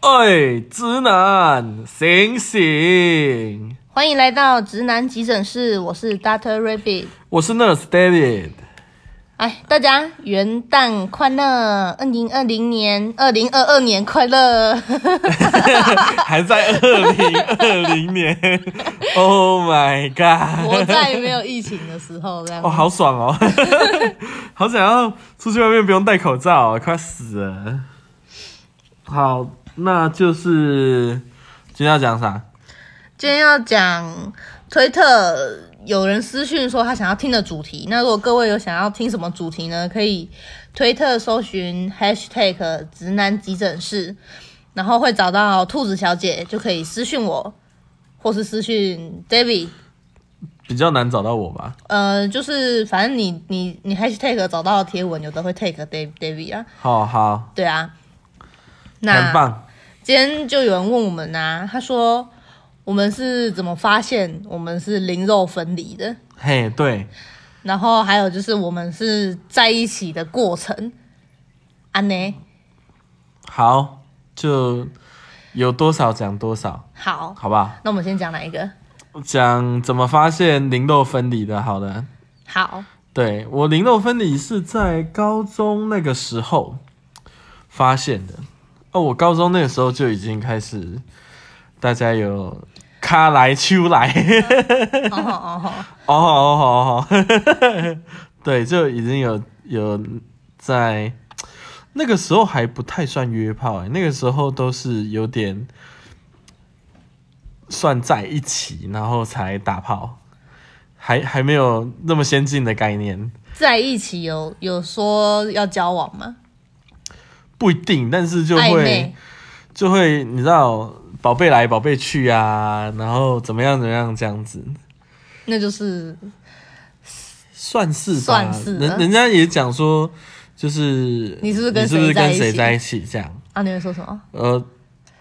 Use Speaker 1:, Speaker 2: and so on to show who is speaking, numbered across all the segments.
Speaker 1: 哎，直男，醒醒！
Speaker 2: 欢迎来到直男急诊室，我是 Doctor Rabbit。
Speaker 1: 我是 Nurse David。
Speaker 2: 哎，大家元旦快乐！二零二零年、二零二二年快乐！
Speaker 1: 还在二零二零年 ，Oh my god！
Speaker 2: 我在没有疫情的时候，这样
Speaker 1: 哦，好爽哦， 好想要出去外面不用戴口罩、哦快死了。好，那就是今天要讲啥？
Speaker 2: 今天要讲推特，有人私讯说他想要听的主题。那如果各位有想要听什么主题呢？可以推特搜寻 #hashtag 直男急诊室，然后会找到兔子小姐，就可以私讯我，或是私讯 David。
Speaker 1: 比较难找到我吧？
Speaker 2: 呃，就是反正你你你 hashtag 找到的贴文，有的会 take David David 啊，
Speaker 1: 好好，
Speaker 2: 对啊。
Speaker 1: 很
Speaker 2: 那
Speaker 1: 棒。
Speaker 2: 今天就有人问我们呐、他说我们是怎么发现我们是零肉分离的？
Speaker 1: 嘿，对，
Speaker 2: 然后还有就是我们是在一起的过程，安呢？
Speaker 1: 好，就有多少讲多少，
Speaker 2: 好，
Speaker 1: 好不好？
Speaker 2: 那我们先讲哪一个？
Speaker 1: 讲怎么发现零肉分离的。好了，
Speaker 2: 好，
Speaker 1: 对我零肉分离是在高中那个时候发现的。哦，我高中那个时候就已经开始，大家有卡来秋来，
Speaker 2: 哦吼哦吼，
Speaker 1: 哦吼哦吼哦吼，对，就已经有有在那个时候还不太算约炮、欸，那个时候都是有点算在一起，然后才打炮，还还没有那么先进的概念，
Speaker 2: 在一起有有说要交往吗？
Speaker 1: 不一定，但是就
Speaker 2: 暧
Speaker 1: 会
Speaker 2: 昧
Speaker 1: 就会你知道。宝贝来，宝贝去啊，然后怎么样怎么样这样子，
Speaker 2: 那就是
Speaker 1: 算是吧，
Speaker 2: 算是
Speaker 1: 人
Speaker 2: 了
Speaker 1: 人家也讲说，就是
Speaker 2: 你是不是跟
Speaker 1: 你是不是
Speaker 2: 谁在
Speaker 1: 跟
Speaker 2: 一
Speaker 1: 谁
Speaker 2: 起
Speaker 1: 在一起这样？
Speaker 2: 啊，你会说什么？
Speaker 1: 呃，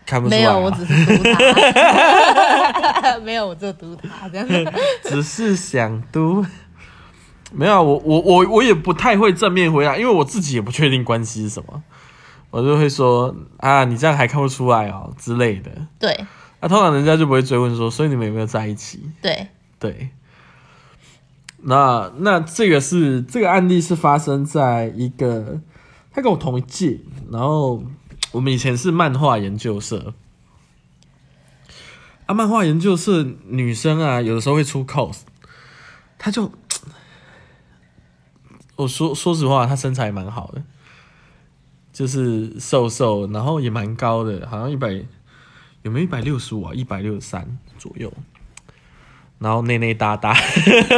Speaker 1: 看不出来
Speaker 2: 没
Speaker 1: 啊、
Speaker 2: 有，我只是读他， 没有，我就读他这 样子。
Speaker 1: 只是想读。没有啊，我我我我也不太会正面回答，因为我自己也不确定关系是什么，我就会说啊，你这样还看不出来哦之类的。
Speaker 2: 对
Speaker 1: 那、通常人家就不会追问说，所以你们有没有在一起？
Speaker 2: 对，
Speaker 1: 对，那那这个是这个案例是发生在一个他跟我同一届，然后我们以前是漫画研究社啊，漫画研究社女生啊，有的时候会出 cos，她就我说说实话，她身材蛮好的，就是瘦瘦，然后也蛮高的，好像一百有没有一百六十五啊，一百六十三左右。然后内内搭搭，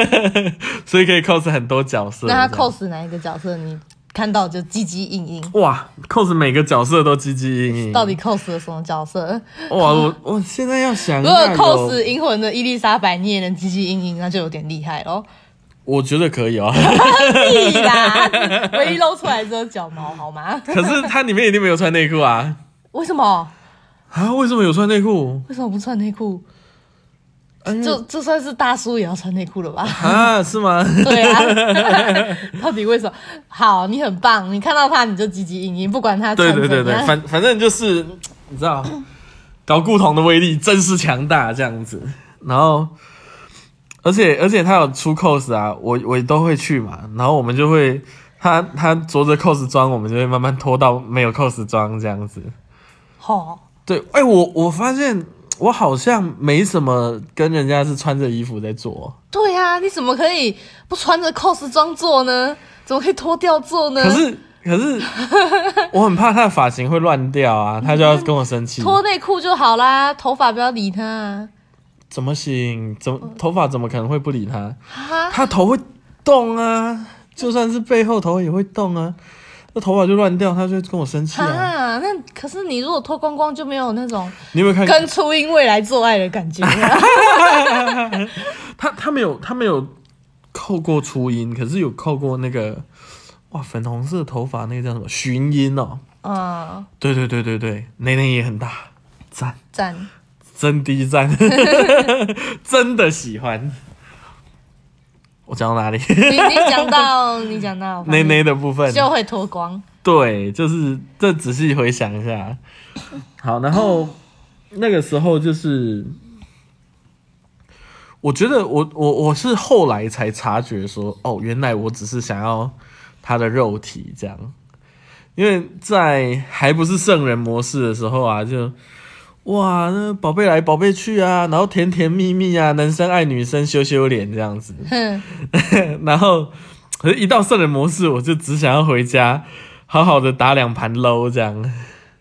Speaker 1: 所以可以 cos 很多角色。
Speaker 2: 那他
Speaker 1: 这样
Speaker 2: cos 哪一个角色？你看到就唧唧硬硬，
Speaker 1: 哇，cos 每个角色都积极应应。
Speaker 2: 到底 cos 了什么角色？
Speaker 1: 哇，我我现在要想一
Speaker 2: 如
Speaker 1: 下嗯有
Speaker 2: 果 cos 银魂的伊丽莎白，你也能唧唧硬硬，那就有点厉害 咯。
Speaker 1: 我觉得可以哦。
Speaker 2: 屁啦，唯一露出来只有脚毛，好吗？
Speaker 1: 可是它里面一定没有穿内裤啊！
Speaker 2: 为什么？
Speaker 1: 啊，为什么有穿内裤？
Speaker 2: 为什么不穿内裤？
Speaker 1: 嗯
Speaker 2: 就就算是大叔也要穿内裤了吧？
Speaker 1: 啊，是 吗？
Speaker 2: 对啊， 到底为什么？好，你很棒，你看到他你就积极应应，不管他
Speaker 1: 对
Speaker 2: 穿
Speaker 1: 对对
Speaker 2: 怎
Speaker 1: 对
Speaker 2: 样，
Speaker 1: 反反正就是你知道，搞固酮的威力真是强大这样子。然后，而且而且他有出 cos 啊，我我都会去嘛。然后我们就会他他着着 cos 装，我们就会慢慢拖到没有 cos 装这样子。
Speaker 2: 吼，
Speaker 1: 对，哎、我我发现我好像没什么跟人家是穿着衣服在做，
Speaker 2: 对啊，你怎么可以不穿着 cos 装做呢？怎么可以脱掉做呢
Speaker 1: 可？是可是我很怕他的发型会乱掉啊，他就要跟我生气。
Speaker 2: 脱内裤就好啦，头发不要理他啊。
Speaker 1: 怎么行？怎么头发怎么可能会不理他？
Speaker 2: 哈
Speaker 1: 他头会动啊，就算是背后头也会动啊，那头发就乱掉，他就会跟我生气啊。
Speaker 2: 哈，那可是你如果脱光光就没有那种
Speaker 1: 你有没有看
Speaker 2: 跟初音未来做爱的感觉、
Speaker 1: 他？他没有他没有扣过初音，可是有扣过那个哇粉红色头发那个叫什么寻音哦。
Speaker 2: 嗯，
Speaker 1: 对对对对对，内内也很大，赞，
Speaker 2: 赞。
Speaker 1: 真低赞，真的喜欢。我讲到哪里？
Speaker 2: 你你讲到你讲到
Speaker 1: 内内的部分，
Speaker 2: 就会脱光，
Speaker 1: 对，就是这仔细回想一下。好，然后那个时候就是，我觉得我我我是后来才察觉说，哦，原来我只是想要他的肉体这样。因为在还不是圣人模式的时候啊，就哇，那宝贝来宝贝去啊，然后甜甜蜜蜜啊，男生爱女生羞羞脸这样子。
Speaker 2: 哼，
Speaker 1: 然后可是，一到圣人模式，我就只想要回家，好好的打两盘 low 这样。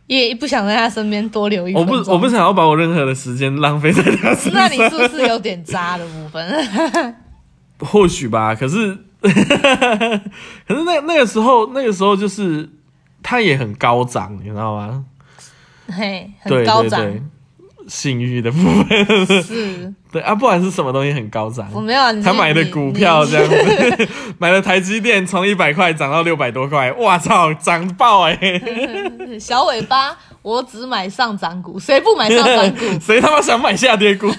Speaker 2: 也不想在他身边多留一
Speaker 1: 我
Speaker 2: 分
Speaker 1: 不
Speaker 2: 钟。
Speaker 1: 我不想要把我任何的时间浪费在他身上。
Speaker 2: 那你是不是有点渣的部分？
Speaker 1: 或许吧，可是 可是那那个时候那个时候就是他也很高涨，你知道吗？
Speaker 2: 嘿，很
Speaker 1: 对
Speaker 2: 高
Speaker 1: 对
Speaker 2: 涨，
Speaker 1: 对，性欲的部分，
Speaker 2: 是
Speaker 1: 对啊，不管是什么东西很高涨。
Speaker 2: 我没有啊你
Speaker 1: 他买的
Speaker 2: 你
Speaker 1: 股
Speaker 2: 你
Speaker 1: 票这样子， 买了台积电从一百块涨到六百多块，哇操，涨爆哎、
Speaker 2: 小尾巴，我只买上涨股，谁不买上 涨股？
Speaker 1: 谁他妈想买下 跌股？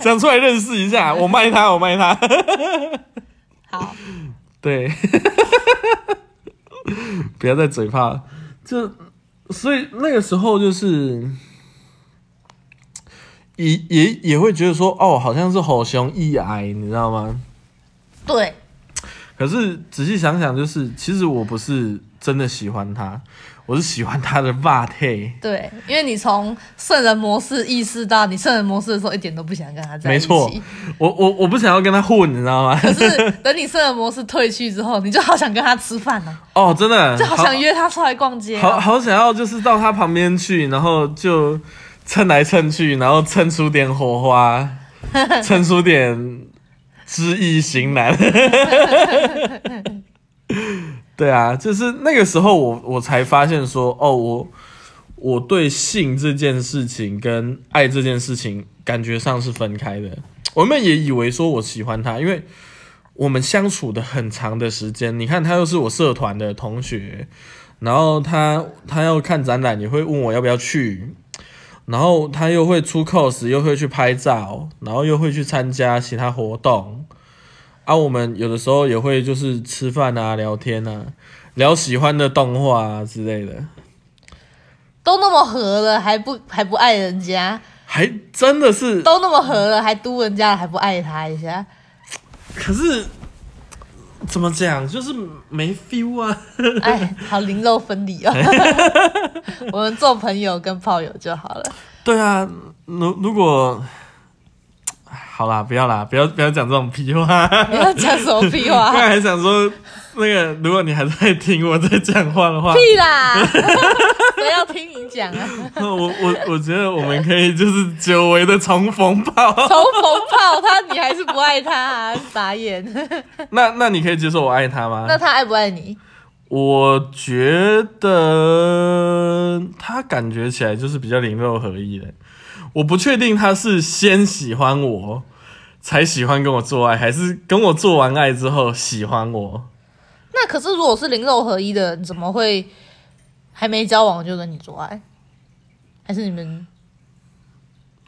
Speaker 1: 讲出来认识一下，我卖它，我卖它。
Speaker 2: 好，
Speaker 1: 对， 不要再嘴炮了。就所以那个时候就是，也也也会觉得说，哦，好像是吼熊一癌，你知道吗？
Speaker 2: 对，
Speaker 1: 可是仔细想想，就是其实我不是真的喜欢他，我是喜欢他的霸体。
Speaker 2: 对，因为你从圣人模式意识到你圣人模式的时候，一点都不想跟他在
Speaker 1: 没
Speaker 2: 一起。
Speaker 1: 错，我我我不想要跟他混，你知道吗？
Speaker 2: 可是等你圣人模式退去之后，你就好想跟他吃饭呢、
Speaker 1: 哦，真的，
Speaker 2: 就好想约他出来逛街、
Speaker 1: 好
Speaker 2: 啊。
Speaker 1: 好想要就是到他旁边去，然后就蹭来蹭去，然后蹭出点火花，蹭出点知易行难。 对啊，就是那个时候我我才发现说，哦，我我对性这件事情跟爱这件事情感觉上是分开的。我们也以为说我喜欢他，因为我们相处的很长的时间。你看，他又是我社团的同学，然后他他要看展览也会问我要不要去，然后他又会出 cos，又会去拍照，然后又会去参加其他活动。啊，我们有的时候也会就是吃饭啊、聊天啊、聊喜欢的动画啊之类的，
Speaker 2: 都那么合了，还不还不爱人家？
Speaker 1: 还真的是。
Speaker 2: 都那么合了，还嘟人家，还不爱他一下？
Speaker 1: 可是怎么讲，就是没 feel 啊。
Speaker 2: 哎，好灵肉分离哦。我们做朋友跟炮友就好 了。
Speaker 1: 对啊，如如果好啦，不要啦，不要不要讲这种屁话。
Speaker 2: 你要讲什么屁 话
Speaker 1: 刚？才还想说，那个如果你还在听我在讲话的话，
Speaker 2: 屁啦！ 谁要听你讲 啊？
Speaker 1: 我我我觉得我们可以就是久违的重逢吧。
Speaker 2: 重逢炮他，你还是不爱他、啊，傻 眼。
Speaker 1: 那那你可以接受我爱他吗？
Speaker 2: 那他爱不爱你？
Speaker 1: 我觉得他感觉起来就是比较灵肉合一的。我不确定他是先喜欢我，才喜欢跟我做爱，还是跟我做完爱之后喜欢我。
Speaker 2: 那可是如果是零肉合一的人，怎么会还没交往就跟你做爱？还是你们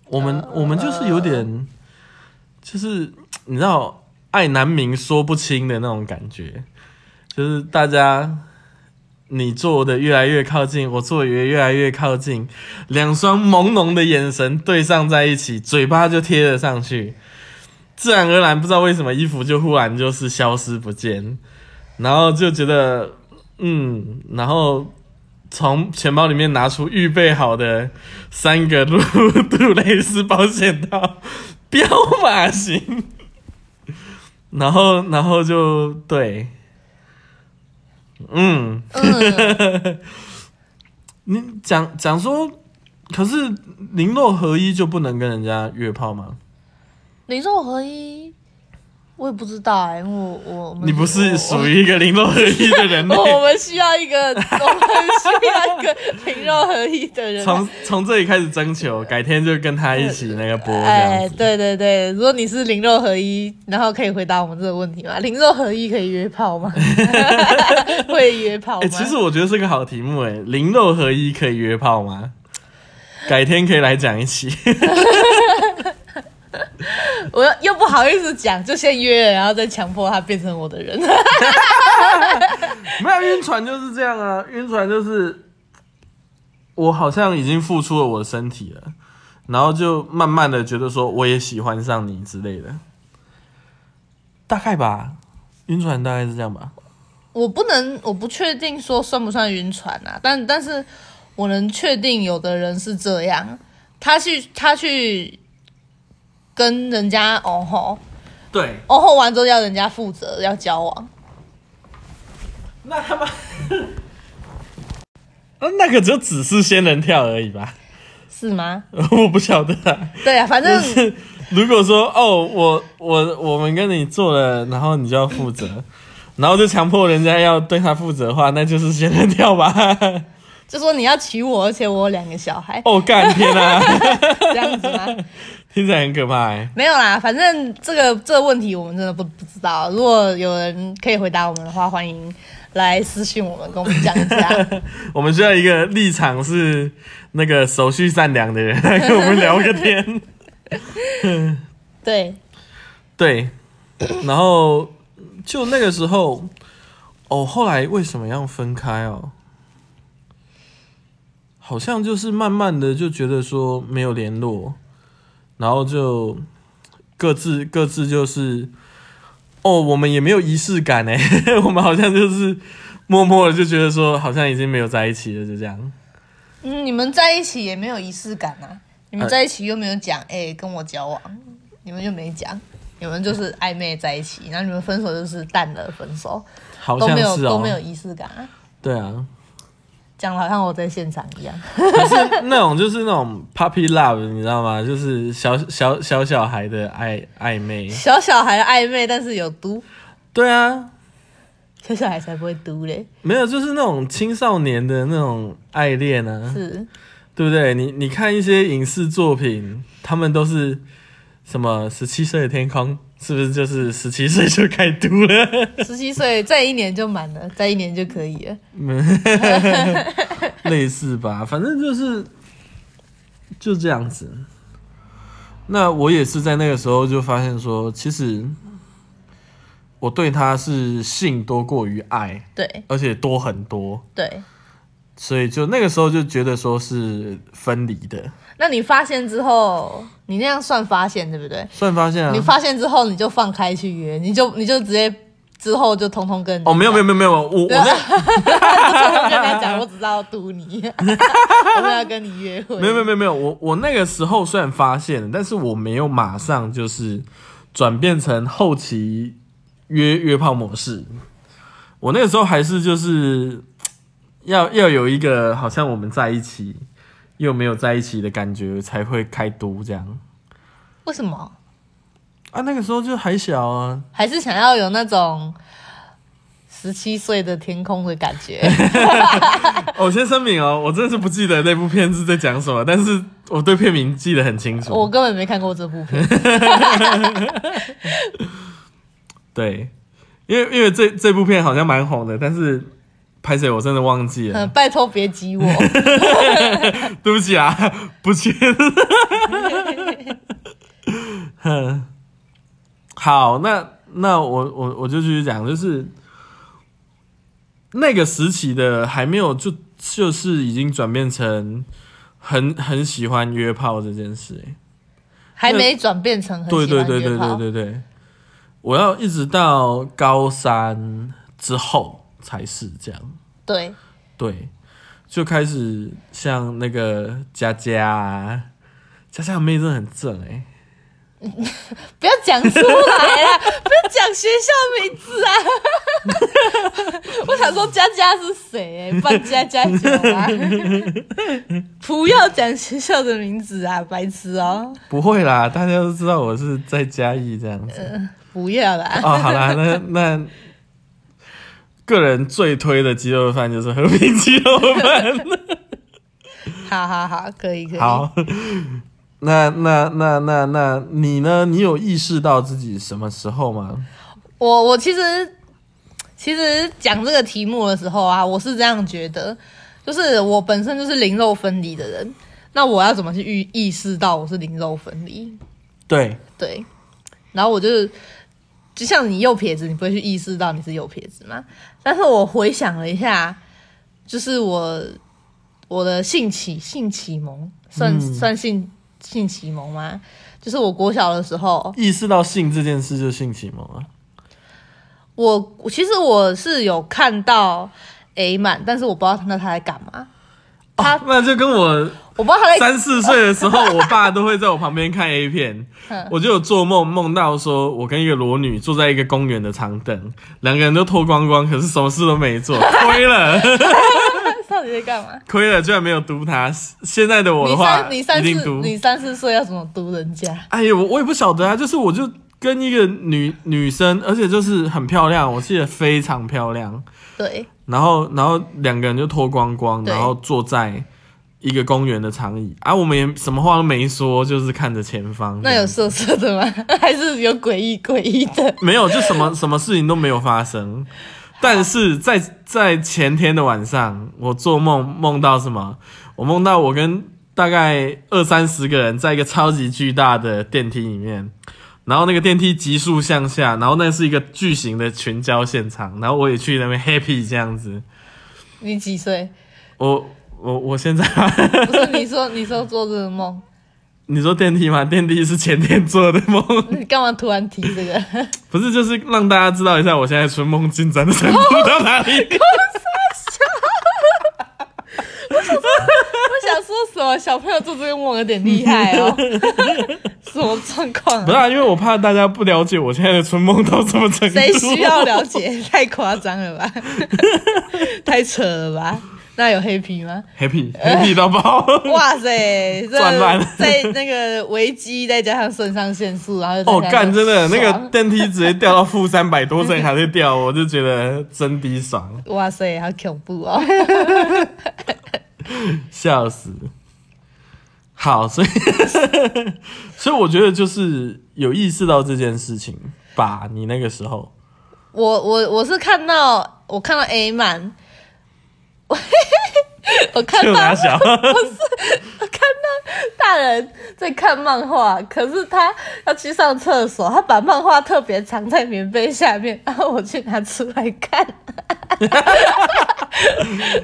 Speaker 1: 我们我们就是有点，就是你知道爱难明说不清的那种感觉，就是大家你做的越来越靠近，我做的也越来越靠近，两双朦胧的眼神对上在一起，嘴巴就贴了上去，自然而然不知道为什么衣服就忽然就是消失不见，然后就觉得嗯，然后从钱包里面拿出预备好的。三个路 杜蕾斯保险套， 彪马型，然后然后就对，嗯，
Speaker 2: 嗯
Speaker 1: 你讲讲说，可是零落合一就不能跟人家约炮吗？
Speaker 2: 零肉合一？我也不知道哎、因为我我我们
Speaker 1: 你不是
Speaker 2: 我
Speaker 1: 属于一个零落合一的人类。
Speaker 2: 哦我们需要一 个，我们需要一个灵肉合一的人。
Speaker 1: 从从这里开始征求，改天就跟他一起那个播这
Speaker 2: 哎
Speaker 1: 样，子。
Speaker 2: 对对对，如果你是灵肉合一，然后可以回答我们这个问题吗？灵肉合一可以约炮吗？ 会约炮吗？
Speaker 1: 哎、其实我觉得是个好题目哎，零肉合一可以约炮吗？改天可以来讲一期。
Speaker 2: 我又又不好意思讲，就先约了，然后再强迫他变成我的 人。
Speaker 1: 没有晕船就是这样啊，晕船就是我好像已经付出了我的身体了，然后就慢慢的觉得说我也喜欢上你之类的，大概吧，晕船大概是这样吧。
Speaker 2: 我不能，我不确定说算不算晕船啊，但但是我能确定，有的人是这样，他去他去跟人家哦吼
Speaker 1: 对，
Speaker 2: 哦吼完之后要人家负责，要交往，
Speaker 1: 那他妈，呃那个就只是仙人跳而已吧，
Speaker 2: 是吗？
Speaker 1: 我不晓得、啊。
Speaker 2: 对啊，反正
Speaker 1: 是 如果说哦，我我我们跟你做了，然后你就要负责， 然后就强迫人家要对他负责的话，那就是仙人跳吧。
Speaker 2: 就说你要娶我，而且我有两个小孩，
Speaker 1: 哦，干天啊，
Speaker 2: 这样子吗？
Speaker 1: 听起来很可怕欸。
Speaker 2: 没有啦，反正这个这个问题我们真的不不知道。如果有人可以回答我们的话，欢迎来私信我们，跟我们讲一下。
Speaker 1: 我们需要一个立场是那个手续善良的人 来跟我们聊个天。
Speaker 2: 对，
Speaker 1: 对，然后就那个时候，哦，后来为什么要分开哦？好像就是慢慢的就觉得说没有联络，然后就各自各自就是，哦，我们也没有仪式感哎， 我们好像就是默默的就觉得说好像已经没有在一起了，就这样。
Speaker 2: 嗯，你们在一起也没有仪式感啊，你们在一起又没有讲，哎、跟我交往，你们就没讲，你们就是暧昧在一起，然后你们分手就是淡了分手，
Speaker 1: 好
Speaker 2: 都
Speaker 1: 像
Speaker 2: 没有、
Speaker 1: 是
Speaker 2: 都
Speaker 1: 哦
Speaker 2: 没，有仪式感啊，
Speaker 1: 对啊，
Speaker 2: 讲的好像我在现场一样。
Speaker 1: 可是那种就是那种 puppy love，你知道吗？就是小小小小孩的暧暧昧。
Speaker 2: 小小孩的暧昧，但是有嘟，
Speaker 1: 对啊，
Speaker 2: 小小孩才不会嘟嘞，
Speaker 1: 没有，就是那种青少年的那种爱恋啊，
Speaker 2: 是
Speaker 1: 对不对？你你看一些影视作品，他们都是什么十七岁的天空，是不是就是十七岁就开读了？
Speaker 2: 十七岁，再一年就满了，再一年就可以了。
Speaker 1: 类似吧，反正就是就这样子。那我也是在那个时候就发现说，其实我对他是性多过于爱，
Speaker 2: 对
Speaker 1: 而且多很多，
Speaker 2: 对，
Speaker 1: 所以就那个时候就觉得说是分离的。
Speaker 2: 那你发现之后，你那样算发现对不对？
Speaker 1: 算发现啊
Speaker 2: 你，发现之后，你就放开去约，你就你就直接之后就通通跟人家
Speaker 1: 哦，没有没有没有没有，我我
Speaker 2: 对啊
Speaker 1: 那
Speaker 2: 讲，通通跟人家讲，我只知道堵你， 我没有要跟你约会，
Speaker 1: 没有没有没有没有，我我那个时候虽然发现了，但是我没有马上就是转变成后期约约炮模式。我那个时候还是就是嘖要要有一个好像我们在一起又没有在一起的感觉才会开读这样
Speaker 2: 为什么？
Speaker 1: 啊。那个时候就还小啊，
Speaker 2: 还是想要有那种十七岁的天空的感 觉，
Speaker 1: 哦我先声明哦，我真的是不记得那部片是在讲什么，但是我对片名记得很清楚。
Speaker 2: 我根本没看过这部片，
Speaker 1: 对，因为因为这这部片好像蛮红的，但是拍谁我真的忘记了
Speaker 2: 嗯，，拜托别激我，
Speaker 1: 对不起啊， 不记得。哼好，那那我我我就继续讲，就是那个时期的还没有就就是已经转变成很很喜欢约炮这件事、欸
Speaker 2: 还没转变成很
Speaker 1: 对
Speaker 2: 喜
Speaker 1: 对
Speaker 2: 欢
Speaker 1: 对对对
Speaker 2: 约炮，
Speaker 1: 对对，我要一直到高三之后才是这样。
Speaker 2: 对，
Speaker 1: 对，就开始像那个佳佳、啊，佳佳的妹真的很正哎、
Speaker 2: 不要讲出 来啦，不要讲学校名字啊！ 我想说佳佳是谁、欸？扮佳佳酒 啊！不要讲学校的名字啊，白痴哦、
Speaker 1: 不会啦，大家都知道我是在嘉义这样子。
Speaker 2: 不要啦，
Speaker 1: 哦，好啦，那那个人最推的鸡肉饭就是和平鸡肉饭。
Speaker 2: 好好好，可以可以。
Speaker 1: 好，那那那那那你呢？你有意识到自己什么时候吗？
Speaker 2: 我我其实其实讲这个题目的时候啊，我是这样觉得，就是我本身就是零肉分离的人，那我要怎么去意意识到我是零肉分离？
Speaker 1: 对，
Speaker 2: 对，然后我就就像你右撇子，你不会去意识到你是右撇子嘛。但是我回想了一下，就是我我的性启性启蒙，算、
Speaker 1: 嗯
Speaker 2: 算性性启蒙吗？就是我国小的时候，
Speaker 1: 意识到性这件事就性启蒙了。
Speaker 2: 我我其实我是有看到 A 漫，但是我不知道那他在干嘛，他
Speaker 1: 啊，那就跟我
Speaker 2: 我不知道他 在
Speaker 1: 三四岁的时候，我爸都会在我旁边看 A 片
Speaker 2: 嗯，
Speaker 1: 我就有做梦，梦到说我跟一个裸女坐在一个公园的长凳，两个人都脱光光，可是什么事都没做，亏 了，
Speaker 2: 到底在干嘛。
Speaker 1: 亏了，居然没有督他。现在的我的
Speaker 2: 你
Speaker 1: 话，
Speaker 2: 三你
Speaker 1: 一
Speaker 2: 三
Speaker 1: 定
Speaker 2: 四
Speaker 1: 督。
Speaker 2: 你三四岁要怎么读人家？
Speaker 1: 哎呀，我我也不晓得啊，就是我就跟一个女女生，而且就是很漂亮，我记得非常漂亮。
Speaker 2: 对，
Speaker 1: 然后，然后两个人就脱光光，
Speaker 2: 对
Speaker 1: 然后坐在一个公园的长椅啊，我们也什么话都没说，就是看着前方。
Speaker 2: 那有色色的吗？ 还是有诡异诡异的？
Speaker 1: 没有？就什么什么事情都没有发生。但是在在前天的晚上，我做梦梦到什么？我梦到我跟大概二三十个人在一个超级巨大的电梯里面，然后那个电梯急速向下，然后那是一个巨型的群交现场，然后我也去那边 happy 这样子。
Speaker 2: 你几岁？
Speaker 1: 我我我现在
Speaker 2: 不是你说你说做这个梦，
Speaker 1: 你说电梯吗？电梯是前天做的梦，
Speaker 2: 你干嘛突然提这个？
Speaker 1: 不是就是让大家知道一下我现在春梦进展的程度到哪里。
Speaker 2: 我想说什么？小朋友做这个梦有点厉害 哦，什么状况
Speaker 1: 不是、
Speaker 2: 啊？
Speaker 1: 啊，因为我怕大家不了解我现在的春梦到什么程度。
Speaker 2: 谁需要了解？太夸张了 吧？太扯了吧？那有黑皮吗？
Speaker 1: ？Happy Happy 到 爆！
Speaker 2: 哇塞， 这
Speaker 1: 赚烂了
Speaker 2: 在那个危机再加上肾上腺素，然后就
Speaker 1: 哦，
Speaker 2: 再加上
Speaker 1: 干，真的，那个
Speaker 2: 爽
Speaker 1: 电梯直接掉到负三百多层还在掉，我就觉得真低爽，
Speaker 2: 哇塞，好恐怖哦！
Speaker 1: 笑死。好，所以所以我觉得就是有意识到这件事情吧。你那个时候，
Speaker 2: 我我我是看到我看到 A 漫， 我我看
Speaker 1: 就
Speaker 2: 到
Speaker 1: 拿小，
Speaker 2: 我看到大人在看漫画，可是他要去上厕所，他把漫画特别藏在棉被下面，然后我去拿出来看，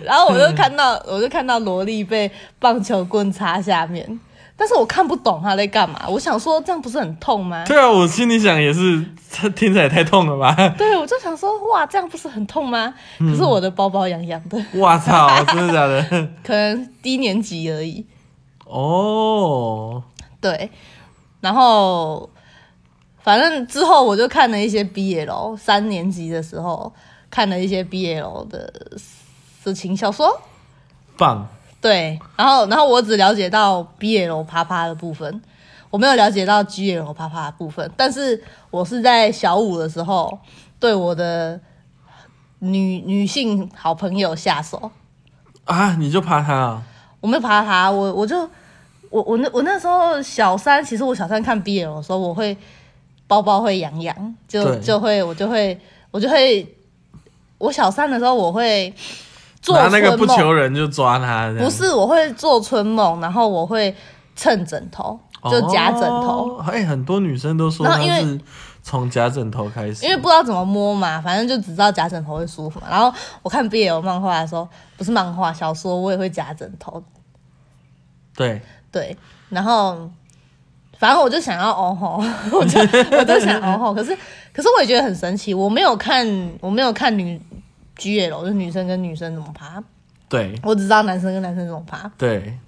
Speaker 2: 然后我就看到我就看到萝莉被棒球棍插下面，但是我看不懂他在干嘛，我想说这样不是很痛吗？
Speaker 1: 对啊，我心里想也是，这听起来也太痛了吧？
Speaker 2: 对，我就想说，哇，这样不是很痛吗？可是我的包包痒痒的，
Speaker 1: 哇操，真的假的？
Speaker 2: 可能低年级而已。
Speaker 1: 哦，
Speaker 2: 对，然后反正之后我就看了一些 BL，三年级的时候看了一些 BL 的色情小说。
Speaker 1: 棒。
Speaker 2: 对，然后然后我只了解到 BL 啪啪的部分，我没有了解到 GL 啪啪的部分。但是我是在小五的时候对我的女女性好朋友下手，
Speaker 1: 啊，你就怕他啊？
Speaker 2: 我没有爬爬，我我就我我那我那时候小三，其实我小三看 BL 的时候，我会包包会痒痒，就
Speaker 1: 对
Speaker 2: 就会我就会我就会我小三的时候我会做
Speaker 1: 拿那个
Speaker 2: 春
Speaker 1: 不
Speaker 2: 梦
Speaker 1: 求人就抓他，这样
Speaker 2: 不是，我会做春梦，然后我会蹭枕头，
Speaker 1: 哦
Speaker 2: 就夹枕头，
Speaker 1: 哦哎、很多女生都说
Speaker 2: 然
Speaker 1: 她
Speaker 2: 后因为
Speaker 1: 是从夹枕头开始，
Speaker 2: 因为不知道怎么摸嘛，反正就只知道夹枕头会舒服嘛。然后我看 BL 漫画的时候，不是漫画小说，我也会夹枕头，
Speaker 1: 对，
Speaker 2: 对，然后反正我就想要哦吼， 我就我就想 哦吼，可是可是我也觉得很神奇，我没有看我没有看女 GL，就是女生跟女生怎么爬，
Speaker 1: 对，
Speaker 2: 我只知道男生跟男生怎么爬，
Speaker 1: 对，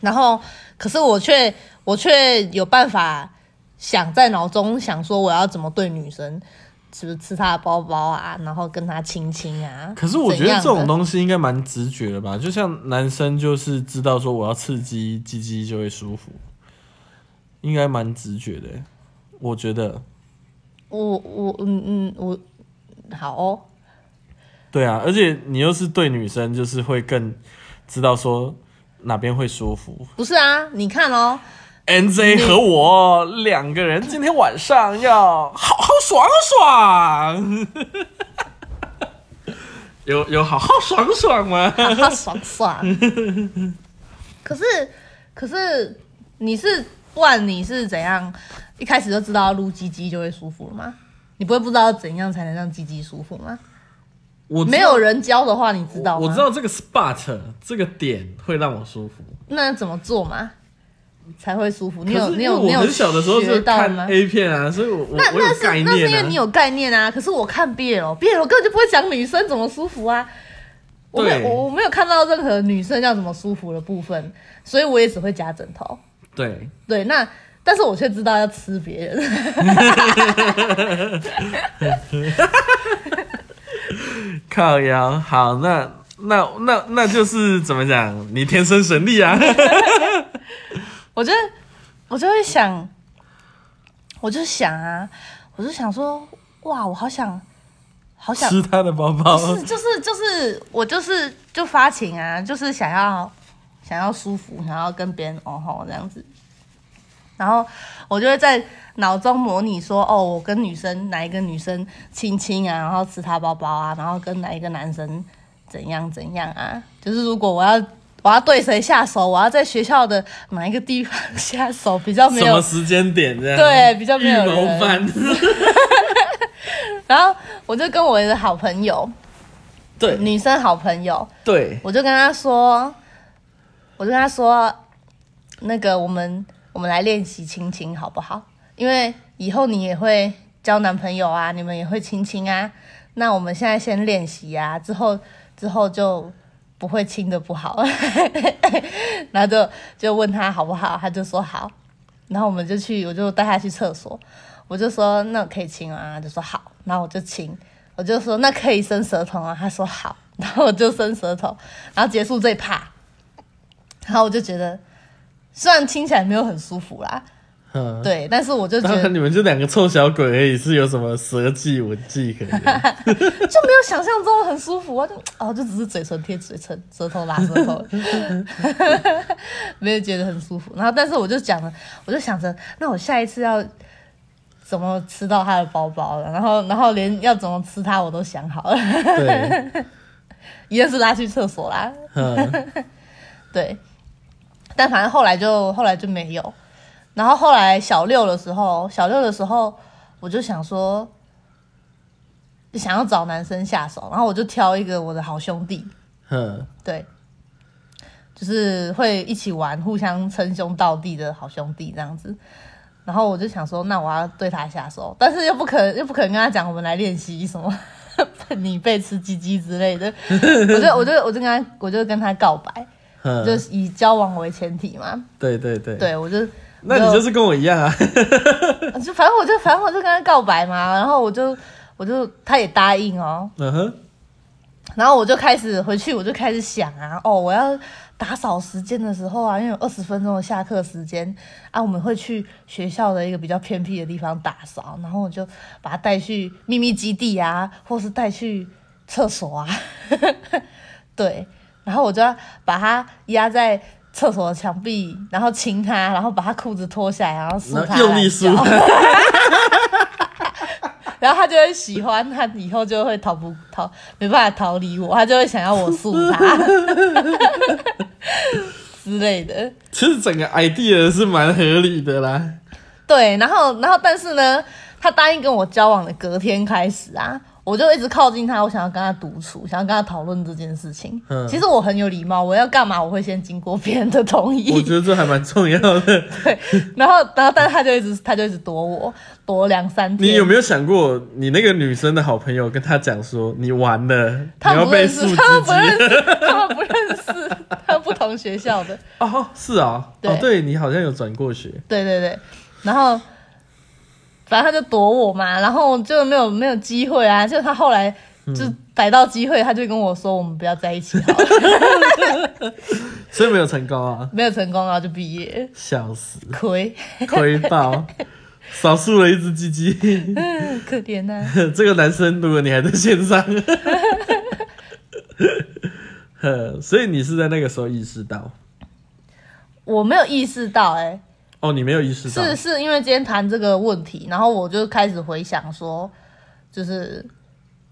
Speaker 2: 然后可是我却我却有办法想在脑中想说我要怎么对女生。是不是吃她的包包啊，然后跟她亲亲啊？
Speaker 1: 可是我觉得这
Speaker 2: 怎样
Speaker 1: 种
Speaker 2: 的
Speaker 1: 东西应该蛮直觉的吧？就像男生就是知道说我要刺激鸡鸡就会舒服，应该蛮直觉的。我觉得，
Speaker 2: 我我嗯嗯我好哦，
Speaker 1: 对啊，而且你又是对女生，就是会更知道说哪边会舒服。
Speaker 2: 不是啊，你看哦，
Speaker 1: N J 和我两个人今天晚上要好好爽爽， 有有好好爽爽吗？
Speaker 2: 哈哈，爽爽。可是，可是你是不然你是怎样一开始就知道要撸鸡鸡就会舒服了吗？你不会不知道怎样才能让鸡鸡舒服吗？
Speaker 1: 我知道
Speaker 2: 没有人教的话，你知道吗？
Speaker 1: 我知道这个 spot 这个点会让我舒服。
Speaker 2: 那怎么做嘛才会舒服？你
Speaker 1: 可
Speaker 2: 有
Speaker 1: 是
Speaker 2: 你
Speaker 1: 因为
Speaker 2: 有
Speaker 1: 我
Speaker 2: 你有
Speaker 1: 很小的时候
Speaker 2: 学
Speaker 1: 是
Speaker 2: 到
Speaker 1: 看
Speaker 2: 吗？
Speaker 1: A 片啊，所以我我
Speaker 2: 那
Speaker 1: 我
Speaker 2: 那
Speaker 1: 有概
Speaker 2: 是那是因为
Speaker 1: 念
Speaker 2: 你
Speaker 1: 啊。
Speaker 2: 有概念啊，可是我看 BL，BL 根本就不会讲女生怎么舒服啊，我没
Speaker 1: 对
Speaker 2: 有我我没有看到任何女生要怎么舒服的部分，所以我也只会夹枕头。
Speaker 1: 对，
Speaker 2: 对，那但是我却知道要吃别人，
Speaker 1: 靠腰好，那那那那就是怎么讲？你天生神 力啊！
Speaker 2: 我就我就会想，我就想啊，我就想说，哇，我好想好想
Speaker 1: 吃他的包包，
Speaker 2: 是，就是就是我就是就发情啊，就是想要想要舒服，想要跟别人哦吼这样子。然后我就会在脑中模拟说，哦，我跟女生哪一个女生亲亲啊，然后吃她包包啊，然后跟哪一个男生怎样怎样啊。就是如果我要我要对谁下手，我要在学校的哪一个地方 下手比较没
Speaker 1: 什
Speaker 2: 有
Speaker 1: 么时间点这样？
Speaker 2: 对比较没
Speaker 1: 预
Speaker 2: 有
Speaker 1: 谋
Speaker 2: 人
Speaker 1: 犯。
Speaker 2: 然后我就跟我的好朋友，
Speaker 1: 对
Speaker 2: 女生好朋友，
Speaker 1: 对，
Speaker 2: 我就跟他说，我就跟他说，那个我们我们来练习亲亲好不好？因为以后你也会交男朋友啊，你们也会亲亲啊。那我们现在先练习啊，之后之后就不会亲的不好。 然后就就问他好不好，他就说好。然后我们就去，我就带他去厕所，我就说那我可以亲啊，他就说好。然后我就亲，我就说那可以伸舌头啊，他说好。然后我就伸舌头，然后结束这一趴。然后我就觉得，虽然听起来没有很舒服啦，
Speaker 1: 嗯，
Speaker 2: 对，但是我就觉
Speaker 1: 当
Speaker 2: 得
Speaker 1: 然你们就两个臭小鬼而已，是有什么舌技文技可言？
Speaker 2: 就没有想象中的很舒服啊，就哦，就只是嘴唇贴嘴唇，舌头拉舌头，没有觉得很舒服。然后，但是我就讲了，我就想着，那我下一次要怎么吃到他的包包了？然后，然后连要怎么吃它我都想好了，
Speaker 1: 对，
Speaker 2: 一样是拉去厕所啦，
Speaker 1: 嗯，
Speaker 2: 对。但反正后来就后来就没有。然后后来小六的时候，小六的时候我就想说。想要找男生下手，然后我就挑一个我的好兄弟，
Speaker 1: 嗯，
Speaker 2: 对，就是会一起玩，互相称兄道弟的好兄弟这样子。然后我就想说，那我要对他下手，但是又不可又不可能跟他讲，我们来练习什么 你被吃鸡鸡之类的。我就我就我就跟他我就跟他告白，
Speaker 1: 嗯
Speaker 2: 就，是以交往为前提嘛。
Speaker 1: 对对对，
Speaker 2: 对，我就
Speaker 1: 那你就是跟我一样啊，
Speaker 2: 就反正我就反正我就跟他告白嘛，然后我就我就他也答应哦，
Speaker 1: 嗯哼，
Speaker 2: 然后我就开始回去，我就开始想啊，哦，我要打扫时间的时候啊，因为有二十分钟的下课时间啊，我们会去学校的一个比较偏僻的地方打扫，然后我就把他带去秘密基地啊，或是带去厕所啊， 对，然后我就要把他压在厕所的墙壁，然后亲他，然后把他裤子脱下来，然后
Speaker 1: 然
Speaker 2: 撕
Speaker 1: 后
Speaker 2: 他
Speaker 1: 用力
Speaker 2: 懒
Speaker 1: 输
Speaker 2: 觉，然后他就会喜欢，他以后就会逃不逃，没办法逃离我，他就会想要我诉 他之类的。
Speaker 1: 其实整个 idea 是蛮合理的 啦，
Speaker 2: 对，然后然后但是呢，他答应跟我交往的隔天开始啊，我就一直靠近他，我想要跟他独处，想要跟他讨论这件事情。
Speaker 1: 嗯
Speaker 2: 其实我很有礼貌，我要干嘛我会先经过别人的同
Speaker 1: 我
Speaker 2: 意。
Speaker 1: 觉得这还蛮重要的。
Speaker 2: 对， 然后然后但是他就一直他就一直躲我，躲两三天。
Speaker 1: 你有没有想过，你那个女生的好朋友跟她讲说，你完了，你
Speaker 2: 他
Speaker 1: 要
Speaker 2: 们不
Speaker 1: 被
Speaker 2: 认
Speaker 1: 树
Speaker 2: 识，
Speaker 1: 鸡
Speaker 2: 他们不认
Speaker 1: 鸡？
Speaker 2: 识，他们不认识，他们不同学校的。
Speaker 1: 哦，是啊、哦，
Speaker 2: 对
Speaker 1: 对你好像有转过学，
Speaker 2: 对对对，然后反正他就躲我嘛，然后就没有没有机会啊。就他后来就逮到机会，他就跟我说我们不要在一起好了，
Speaker 1: 所以没有成功啊，
Speaker 2: 没有成功，然后就毕业，
Speaker 1: 笑死，
Speaker 2: 亏，
Speaker 1: 亏爆，少数了一只鸡鸡。
Speaker 2: 可怜啊呐、
Speaker 1: 这个男生，如果你还在线上， 呵，所以你是在那个时候意识到，
Speaker 2: 我没有意识到、欸，
Speaker 1: 哦，你没有意识到，
Speaker 2: 是是因为今天谈这个问题，然后我就开始回想说，就是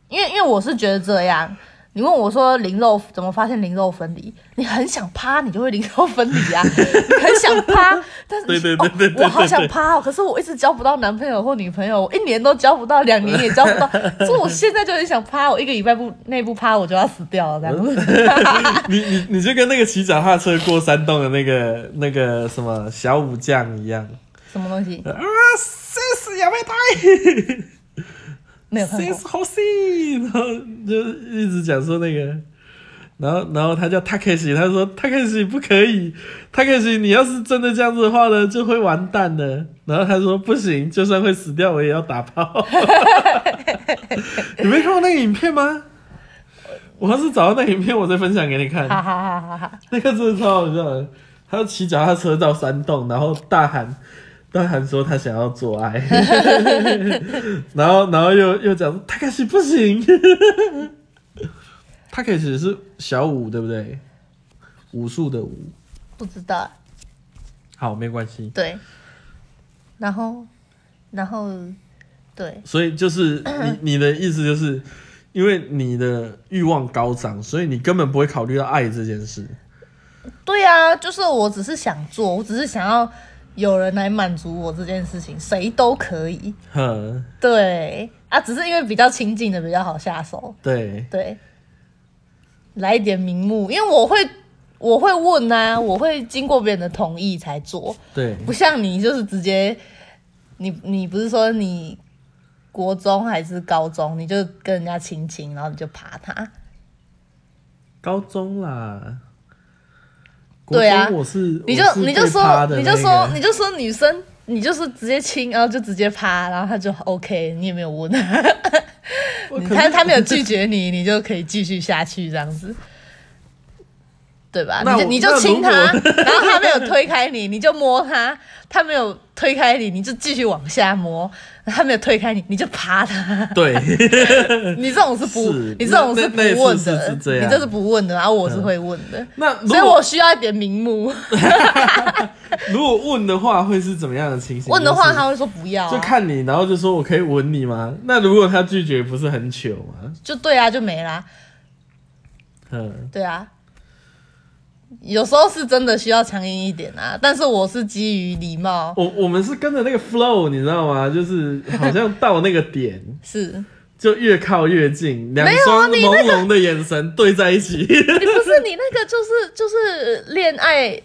Speaker 2: 因为因为我是觉得这样，你问我说零肉怎么发现零肉分离？你很想趴，你就会零肉分离啊。你很想趴，但是
Speaker 1: 对对对
Speaker 2: 你
Speaker 1: 对对
Speaker 2: 哦，我好
Speaker 1: 对
Speaker 2: 想
Speaker 1: 对
Speaker 2: 趴哦，可是我一直交不到男朋友或女朋友，我一年都交不到，两年也交不到，所以我现在就很想趴，我一个礼拜不内不趴我就要死掉了这样
Speaker 1: 嗯
Speaker 2: 子。
Speaker 1: 你你你就跟那个骑脚踏车过山洞的那个那个什么小武将一样
Speaker 2: 什么东西
Speaker 1: 啊，塞死亚美呆。
Speaker 2: 没有看
Speaker 1: 谁
Speaker 2: 过？
Speaker 1: 是好戏？然后就一直讲说那个，然后然后他叫 Takeshi，他说 Takeshi 不可以，Takeshi 你要是真的这样子的话呢，就会完蛋的。然后他说不行，就算会死掉，我也要打 炮。 你没看过那个影片吗？我要是找到那个影片，我再分享给你看。
Speaker 2: 哈哈哈哈哈哈！
Speaker 1: 那个真的超好笑的。他骑脚踏车到山洞，然后大喊大喊说他想要做 爱，然后然后又又讲他开始不行， 他开始是小武对不对？武术的武，
Speaker 2: 不知道，
Speaker 1: 好没关系。
Speaker 2: 对，然后，然后，对，
Speaker 1: 所以就是 你你的意思就是，因为你的欲望高涨，所以你根本不会考虑到爱这件事。
Speaker 2: 对啊，就是我只是想做，我只是想要有人来满足我这件事情，谁都可以。
Speaker 1: 哼，
Speaker 2: 对啊，只是因为比较亲近的比较好下手。
Speaker 1: 对，
Speaker 2: 对，来一点名目，因为我会我会问啊，我会经过别人的同意才做，
Speaker 1: 对，
Speaker 2: 不像你就是直接，你你不是说你国中还是高中，你就跟人家亲亲，然后你就爬他。
Speaker 1: 高中啦。
Speaker 2: 对啊
Speaker 1: 国中我是
Speaker 2: 你就
Speaker 1: 我是
Speaker 2: 你就
Speaker 1: 被
Speaker 2: 说
Speaker 1: 趴的
Speaker 2: 你就
Speaker 1: 那
Speaker 2: 说
Speaker 1: 个
Speaker 2: 你就说女生，你就是直接亲，然后就直接趴，然后他就 OK，你也没有问，
Speaker 1: 我可
Speaker 2: 他
Speaker 1: 是
Speaker 2: 他没有拒绝你，你就可以继续下去这样子，对吧？
Speaker 1: 那
Speaker 2: 你就
Speaker 1: 我
Speaker 2: 你就亲他，
Speaker 1: 那如
Speaker 2: 然后他没有推开你，你就摸他；他没有推开你，你就继续往下摸；他没有推开你，你就 爬他。
Speaker 1: 对，
Speaker 2: 你这种是不，
Speaker 1: 是
Speaker 2: 你这种是不
Speaker 1: 那那
Speaker 2: 问
Speaker 1: 那次
Speaker 2: 的，
Speaker 1: 是这样
Speaker 2: 你这是不问的，然后我是会问的，
Speaker 1: 那如
Speaker 2: 所以
Speaker 1: 果
Speaker 2: 我需要一点名目。
Speaker 1: 如果问的话，会是怎么样的情形？
Speaker 2: 问的话，
Speaker 1: 就是
Speaker 2: 他会说不要、啊，
Speaker 1: 就看你，然后就说我可以吻你吗？那如果他拒绝，不是很糗吗？
Speaker 2: 就对啊，就没啦。
Speaker 1: 嗯，
Speaker 2: 对啊，有时候是真的需要强硬一点啊，但是我是基于礼貌，
Speaker 1: 我我们是跟着那个 flow，你知道吗？就是好像到那个点
Speaker 2: 是
Speaker 1: 就越靠越近，两
Speaker 2: 没有啊
Speaker 1: 双
Speaker 2: 你那
Speaker 1: 朦胧的眼神对在一 起。
Speaker 2: 你不是你那个就是就是恋爱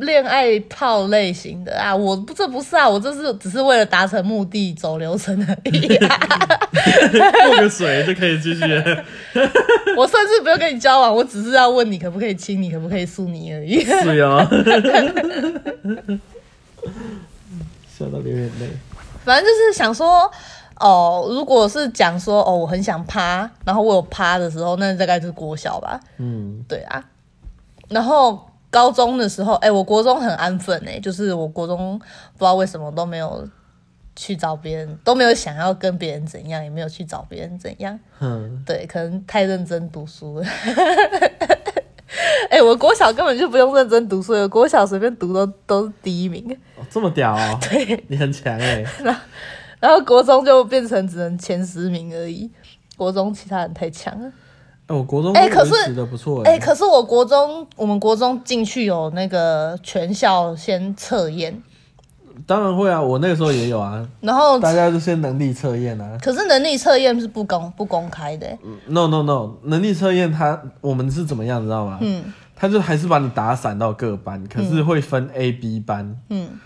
Speaker 2: 恋爱炮类型的啊，我不这不是啊，我这是只是为了达成目的走流程而已、 啊，
Speaker 1: 过个水就可以继续了。
Speaker 2: 我甚至不用跟你交往，我只是要问你可不可以亲你，可不可以诉你而已。
Speaker 1: 是哦，笑到流眼泪。
Speaker 2: 反正就是想说，哦，如果是讲说哦，我很想趴，然后我有趴的时候，那大概就是国小吧。
Speaker 1: 嗯，
Speaker 2: 对啊，然后高中的时候，哎、我国中很安分哎、就是我国中不知道为什么都没有去找别人，都没有想要跟别人怎样，也没有去找别人怎样。
Speaker 1: 哼，
Speaker 2: 对，可能太认真读书了。 哎、我国小根本就不用认真读书，我国小随便读都都是第一名。
Speaker 1: 哦这么屌哦，你很强哎。
Speaker 2: 然后国中就变成只能前十名而已。国中其他人太强了，
Speaker 1: 哎，我国中
Speaker 2: 哎可是
Speaker 1: 维持的不错欸
Speaker 2: 哎、可是我国中，我们国中进去有那个全校先测验，
Speaker 1: 当然会啊，我那个时候也有啊，
Speaker 2: 然后
Speaker 1: 大家就先能力测验啊。
Speaker 2: 可是能力测验是不公不公开的、欸，
Speaker 1: No No No，能力测验它我们是怎么样，你知道吗？嗯，他就还是把你打散到各班，可是会分 A、B 班。
Speaker 2: 嗯，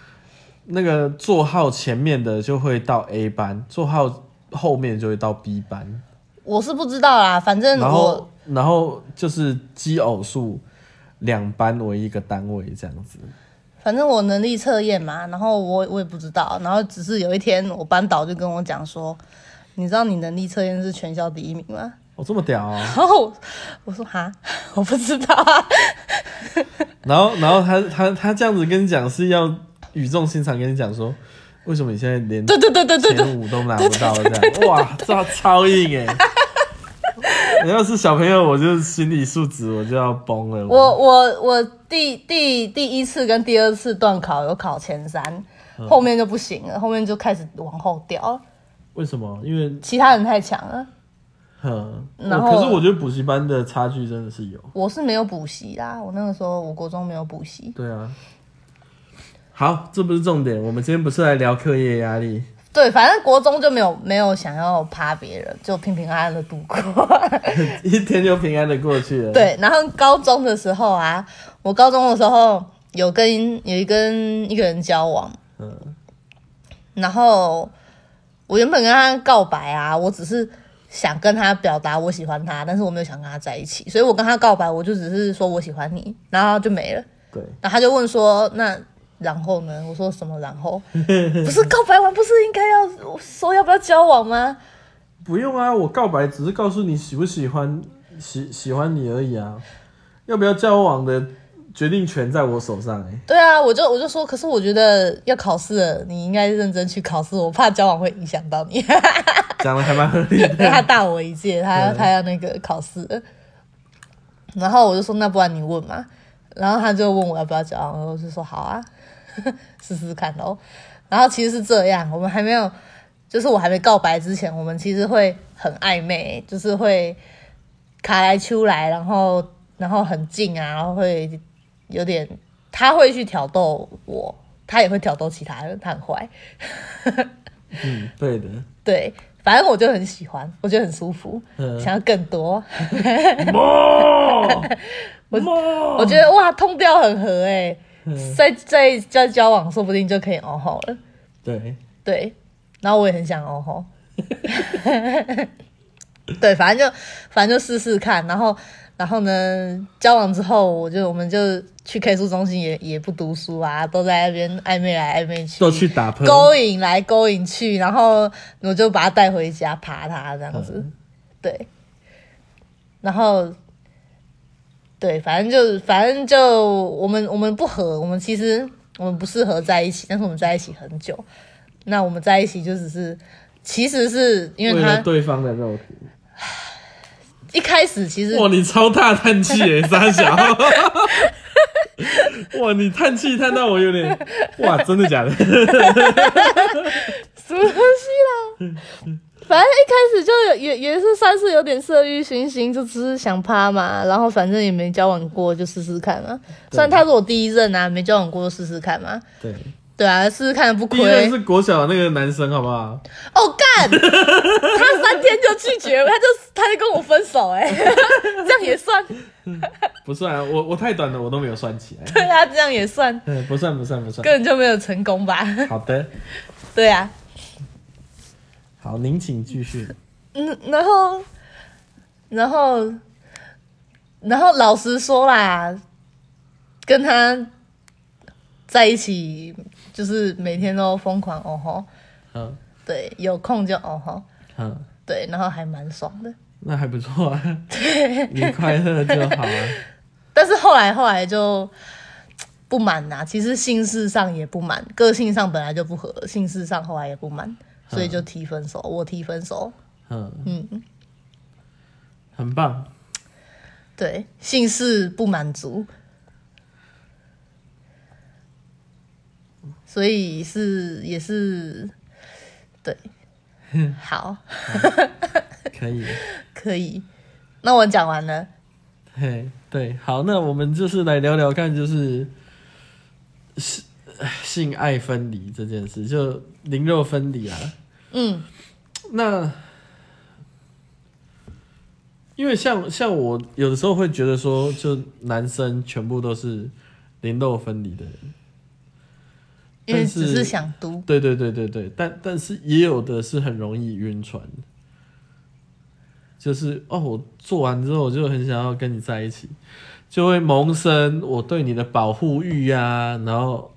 Speaker 1: 那个座号前面的就会到 A 班，座号后面就会到 B 班。
Speaker 2: 我是不知道啦，反正
Speaker 1: 然
Speaker 2: 我
Speaker 1: 后然后就是奇偶数两班为一个单位这样子。
Speaker 2: 反正我能力测验嘛，然后我我也不知道，然后只是有一天我班导就跟我讲说，你知道你能力测验是全校第一名吗？
Speaker 1: 哦，这么屌哦！
Speaker 2: 然后我我说哈，我不知道啊，
Speaker 1: 然后，然后他他他这样子跟你讲是要语重心长跟你讲说，为什么你现在连
Speaker 2: 对对对对对对，
Speaker 1: 前五都拿不到，这样哇，这超硬哎！你要是小朋友，我就心理素质我就要崩了。
Speaker 2: 我我我第第第一次跟第二次段考有考前三，后面就不行了，后面就开始往后掉了，
Speaker 1: 为什么？因为
Speaker 2: 其他人太强了。
Speaker 1: 嗯，
Speaker 2: 然
Speaker 1: 我可
Speaker 2: 后
Speaker 1: 是我觉得补习班的差距真的是有。
Speaker 2: 我是没有补习啦，我那个时候我国中没有补习。
Speaker 1: 对啊。好，这不是重点，我们今天不是来聊课业压力。
Speaker 2: 对，反正国中就没有没有想要趴别人，就平平安安的度过。
Speaker 1: 一天就平安的过去了。，
Speaker 2: 对，然后高中的时候啊，我高中的时候有跟有一跟一个人交往，
Speaker 1: 嗯，
Speaker 2: 然后我原本跟他告白啊，我只是想跟他表达我喜欢他，但是我没有想跟他在一起，所以我跟他告白，我就只是说我喜欢你，然后就没了。
Speaker 1: 对，
Speaker 2: 然后他就问说：“那然后呢？”我说：“什么然后？不是告白完不是应该要说要不要交往吗？
Speaker 1: 不用啊，我告白只是告诉你喜不喜欢，喜喜欢你而已啊。要不要交往的决定权在我手上、欸，
Speaker 2: 对啊，我就我就说，可是我觉得要考试了，你应该认真去考试，我怕交往会影响到你。
Speaker 1: 讲的还蛮合理的。
Speaker 2: 因为他大我一届，他
Speaker 1: 对
Speaker 2: 他要那个考试了，然后我就说那不然你问嘛，然后他就问我要不要交往，然后我就说好啊， 试试看喽。然后其实是这样，我们还没有，就是我还没告白之前，我们其实会很暧昧，就是会卡来出来，然后然后很近啊，然后会有点，他会去挑逗我，他也会挑逗其他人，他很坏，
Speaker 1: 嗯，对的。
Speaker 2: 对，反正我就很喜欢，我觉得很舒服。
Speaker 1: 嗯，
Speaker 2: 想要更多。
Speaker 1: 我 哦
Speaker 2: 我觉得哇，通调很合哎、在在在交往，说不定就可以哦吼了。
Speaker 1: 对，
Speaker 2: 对，然后我也很想哦吼。对，反正就反正就试试看，然后然后呢，交往之后，我就我们就去 K 书中心也也不读书啊，都在那边暧昧来暧昧去，啊
Speaker 1: 都去打喷。
Speaker 2: 勾引来勾引去，然后我就把他带回家爬他这样子，
Speaker 1: 嗯
Speaker 2: 对，然后对，反正就反正就我们我们不合，我们其实我们不适合在一起，但是我们在一起很久，那我们在一起就只是其实是因
Speaker 1: 为
Speaker 2: 为
Speaker 1: 了
Speaker 2: 他
Speaker 1: 对方的肉体。
Speaker 2: 一开始其实
Speaker 1: 哇，你超大叹气耶， 傻小。哇，你叹气叹到我有点，哇，真的假的？
Speaker 2: 什么东西啦？反正一开始就有也也是算是有点色欲熏心，就只是想趴嘛，然后反正也没交往过，就试试看嘛。虽然他是我第一任啊，没交往过就试试看嘛。
Speaker 1: 对，
Speaker 2: 对啊，试试看不
Speaker 1: 第一任
Speaker 2: 亏。
Speaker 1: 是国小那个男生，好不好？
Speaker 2: 哦 干，他三天就拒绝，他就他就跟我分 手哎、这样也算？
Speaker 1: 不算、啊，我我太短了，我都没有算起来。
Speaker 2: 对啊，这样也算，
Speaker 1: 嗯，不算不算不算。
Speaker 2: 根本就没有成功吧？
Speaker 1: 好的，
Speaker 2: 对啊，
Speaker 1: 好，您请继续。
Speaker 2: 嗯，然后，然后，然后，老实说啦，跟他在一起就是每天都疯狂哦吼，
Speaker 1: 嗯
Speaker 2: 对，有空就哦吼，
Speaker 1: 嗯，
Speaker 2: 对，然后还蛮爽的。
Speaker 1: 那还不错啊，你快乐就好啊。
Speaker 2: 但是后来后来就不满啦、其实性事上也不满，个性上本来就不合，性事上后来也不满，所以就提分手，我提分手。
Speaker 1: 嗯，
Speaker 2: 嗯，
Speaker 1: 很棒。
Speaker 2: 对，性事不满足，所以是也是 对，好，
Speaker 1: 可以，
Speaker 2: 可以。那我讲完了，
Speaker 1: 嘿，对，好，那我们就是来聊聊看，就是性哎性爱分离这件事，就灵肉分离啊。
Speaker 2: 嗯，
Speaker 1: 那因为像像我有的时候会觉得说，就男生全部都是灵肉分离的人，
Speaker 2: 因为
Speaker 1: 但是
Speaker 2: 只是想读，
Speaker 1: 对对对对对，但但是也有的是很容易晕船，就是哦，我做完之后我就很想要跟你在一起，就会萌生我对你的保护欲啊，然后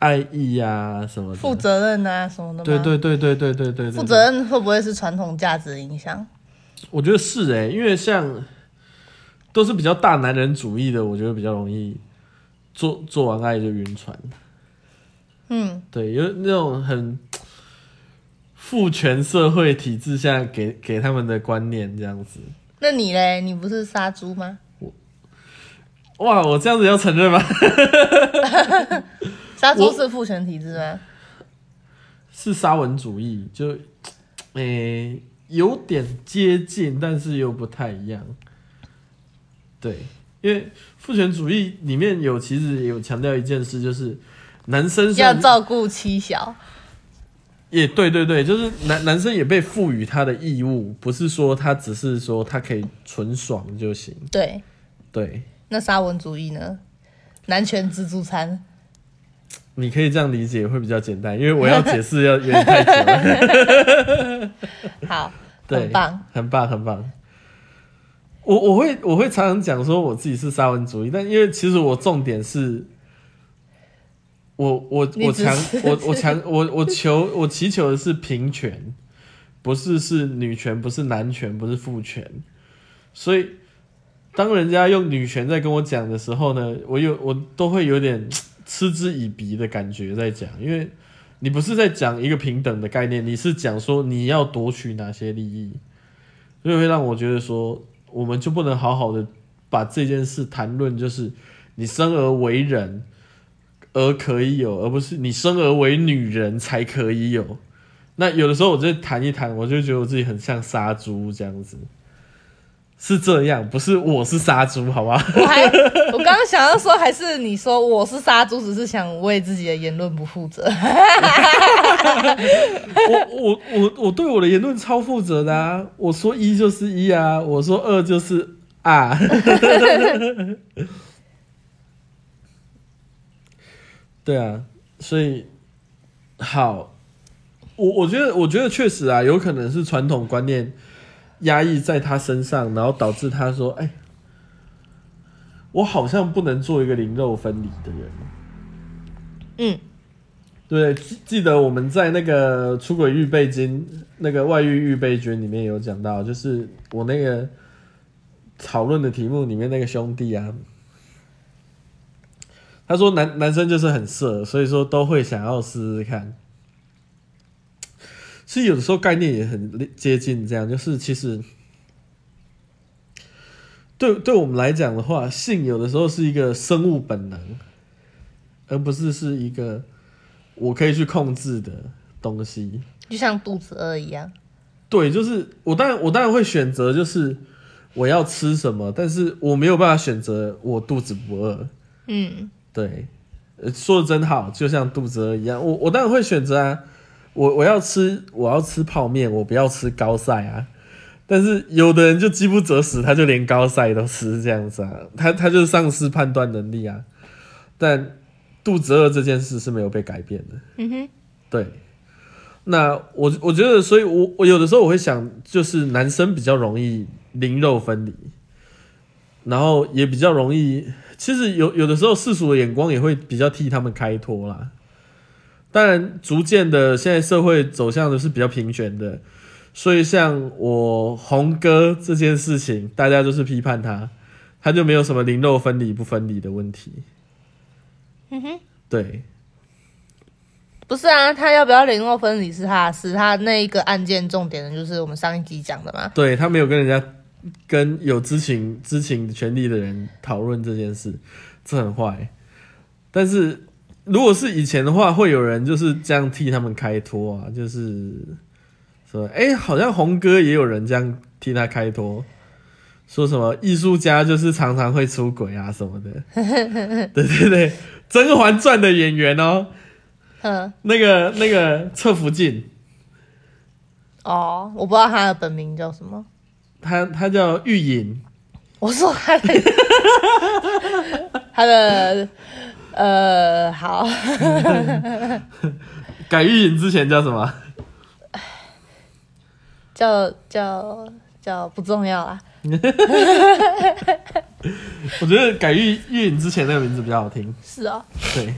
Speaker 1: 爱意啊什么
Speaker 2: 负
Speaker 1: 的。
Speaker 2: 责任啊什么的吗？
Speaker 1: 对对对对对对对对，对
Speaker 2: 负责任会不会是传统价值影响？
Speaker 1: 我觉得是哎、因为像都是比较大男人主义的，我觉得比较容易做做完爱就晕船。
Speaker 2: 嗯，
Speaker 1: 对，有那种很父权社会体制下给给他们的观念这样子。
Speaker 2: 那你嘞？你不是杀猪吗？
Speaker 1: 哇，我这样子要承认吗？
Speaker 2: 杀猪
Speaker 1: 我
Speaker 2: 是父权体制吗？
Speaker 1: 是沙文主义，就诶、有点接近，但是又不太一样。对，因为父权主义里面有其实也有强调一件事，就是男生虽
Speaker 2: 要
Speaker 1: 然
Speaker 2: 照顾妻小，
Speaker 1: 也对对对，就是男男生也被赋予他的义务，不是说他只是说他可以纯爽就行。
Speaker 2: 对。
Speaker 1: 对，
Speaker 2: 那沙文主义呢？男权自助餐，
Speaker 1: 你可以这样理解会比较简单，因为我要解释要有点太久了。
Speaker 2: 好，
Speaker 1: 对，
Speaker 2: 很棒，，
Speaker 1: 很棒，很棒。我我会我会常常讲说我自己是沙文主义，但因为其实我重点是，我我
Speaker 2: 你
Speaker 1: 我
Speaker 2: 只
Speaker 1: 强
Speaker 2: 是
Speaker 1: 我我强我我求我祈求的是平权，不是是女权，不是男权，不是父权。所以当人家用女权在跟我讲的时候呢，我有我都会有点嗤之以鼻的感觉在讲，因为你不是在讲一个平等的概念，你是讲说你要夺取哪些利益，所以会让我觉得说，我们就不能好好的把这件事谈论，就是你生而为人而可以有，而不是你生而为女人才可以有。那有的时候我就谈一谈，我就觉得我自己很像杀猪这样子，是这样，不是我是杀猪，好吧？
Speaker 2: 我还我刚刚想要说，还是你说我是杀猪，只是想为自己的言论不负责。
Speaker 1: 我我我我对我的言论超负责的啊！我说一就是一啊，我说二就是啊。 对啊，所以好，我我觉得我觉得确实啊，有可能是传统观念压抑在他身上，然后导致他说：“哎、我好像不能做一个灵肉分离的人。”
Speaker 2: 嗯，
Speaker 1: 对，记记得我们在那个出轨预备金、那个外遇预备军里面有讲到，就是我那个讨论的题目里面那个兄弟啊，他说男男生就是很色，所以说都会想要试试看。其实有的时候概念也很接近，这样就是其实对对我们来讲的话，性有的时候是一个生物本能，而不是是一个我可以去控制的东西。
Speaker 2: 就像肚子饿一样。
Speaker 1: 对，就是我当然我当然会选择，就是我要吃什么，但是我没有办法选择我肚子不饿。
Speaker 2: 嗯，
Speaker 1: 对，呃说的真好，就像肚子饿一样，我我当然会选择啊，我我要吃我要吃泡面，我不要吃高赛啊。但是有的人就饥不择食，他就连高赛都吃这样子啊，他他就丧失判断能力啊。但肚子饿这件事是没有被改变的。
Speaker 2: 嗯哼，
Speaker 1: 对，那我我觉得，所以我我有的时候我会想，就是男生比较容易灵肉分离，然后也比较容易，其实有有的时候世俗的眼光也会比较替他们开脱啦。当然，逐渐的，现在社会走向的是比较平权的，所以像我红哥这件事情，大家就是批判他，他就没有什么灵肉分离不分离的问题。
Speaker 2: 嗯哼，
Speaker 1: 对，
Speaker 2: 不是啊，他要不要零落分离是他的事，他那一个案件重点的就是我们上一集讲的嘛。
Speaker 1: 对他没有跟人家跟有知情知情权利的人讨论这件事，这很坏。但是如果是以前的话，会有人就是这样替他们开脱啊，就是说，哎、好像红哥也有人这样替他开脱。说什么艺术家就是常常会出轨啊什么的，对对对，《甄嬛传》的演员哦，
Speaker 2: 嗯，
Speaker 1: 那个那个侧福晋，
Speaker 2: 哦，我不知道他的本名叫什么。
Speaker 1: 他他叫玉隐，
Speaker 2: 我说他的 他的呃，好，
Speaker 1: 改玉隐之前叫什么？
Speaker 2: 叫叫叫不重要啦。
Speaker 1: 我觉得改玉玉影之前那个名字比较好听。
Speaker 2: 是哦，
Speaker 1: 对，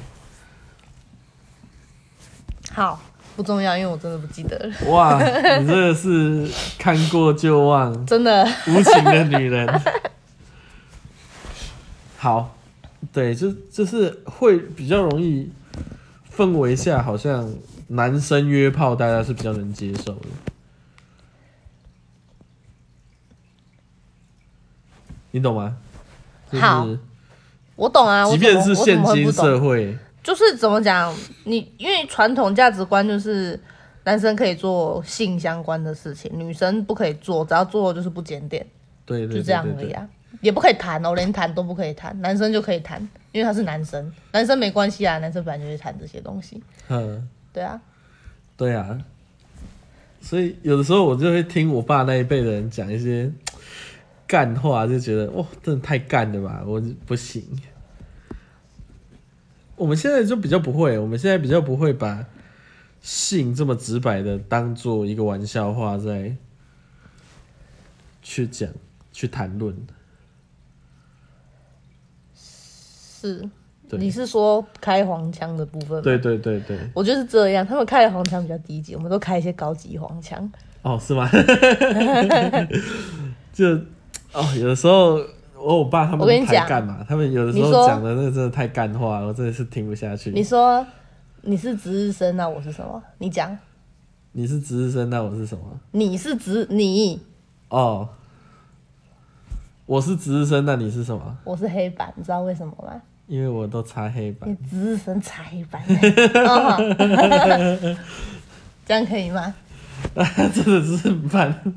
Speaker 2: 好，不重要，因为我真的不记得了，
Speaker 1: 哇，你真的是看过就忘，
Speaker 2: 真的。
Speaker 1: 无情的女人。好，对，就就是会比较容易氛围下，好像男生约炮大家是比较能接受的。你懂吗？就是
Speaker 2: 好我懂啊，我
Speaker 1: 即
Speaker 2: 怎
Speaker 1: 便
Speaker 2: 么
Speaker 1: 是
Speaker 2: 我怎
Speaker 1: 现
Speaker 2: 么会
Speaker 1: 今
Speaker 2: 不懂？
Speaker 1: 社会，
Speaker 2: 就是怎么讲，你因为传统价值观就是男生可以做性相关的事情，女生不可以做，只要做就是不检点，
Speaker 1: 对对
Speaker 2: 就
Speaker 1: 对
Speaker 2: 这样
Speaker 1: 对
Speaker 2: 而
Speaker 1: 对
Speaker 2: 已啊。也不可以谈哦，连谈都不可以谈，男生就可以谈，因为他是男生，男生没关系啊，男生本来就会谈这些东西，
Speaker 1: 嗯，
Speaker 2: 对啊，
Speaker 1: 对啊。所以有的时候我就会听我爸那一辈的人讲一些干话，就觉得哇，真的太干了吧，我不行。我们现在就比较不会，我们现在比较不会把性这么直白的当做一个玩笑话在去讲、去谈论。
Speaker 2: 是，
Speaker 1: 对
Speaker 2: 你是说开黄腔的部分吗？
Speaker 1: 对对对对，
Speaker 2: 我就是这样，他们开的黄腔比较低级，我们都开一些高级黄腔。
Speaker 1: 哦，是吗？ 就哦，有的时候我我爸他
Speaker 2: 我跟
Speaker 1: 们
Speaker 2: 你
Speaker 1: 太
Speaker 2: 讲
Speaker 1: 干嘛，他们有的时
Speaker 2: 你
Speaker 1: 候
Speaker 2: 说
Speaker 1: 讲的那个真的太干话，我真的是听不下去。
Speaker 2: 你
Speaker 1: 你
Speaker 2: 说你是值日生，那啊我是什么？你讲，
Speaker 1: 是值日生，那我是什么？
Speaker 2: 你是值你，
Speaker 1: 哦，我是值日生，那你是什么？
Speaker 2: 我是黑板，你知道为什么吗？
Speaker 1: 因为我都擦黑
Speaker 2: 你
Speaker 1: 板，
Speaker 2: 值日生才黑板、 哦 这样可以吗？
Speaker 1: 真的是蛮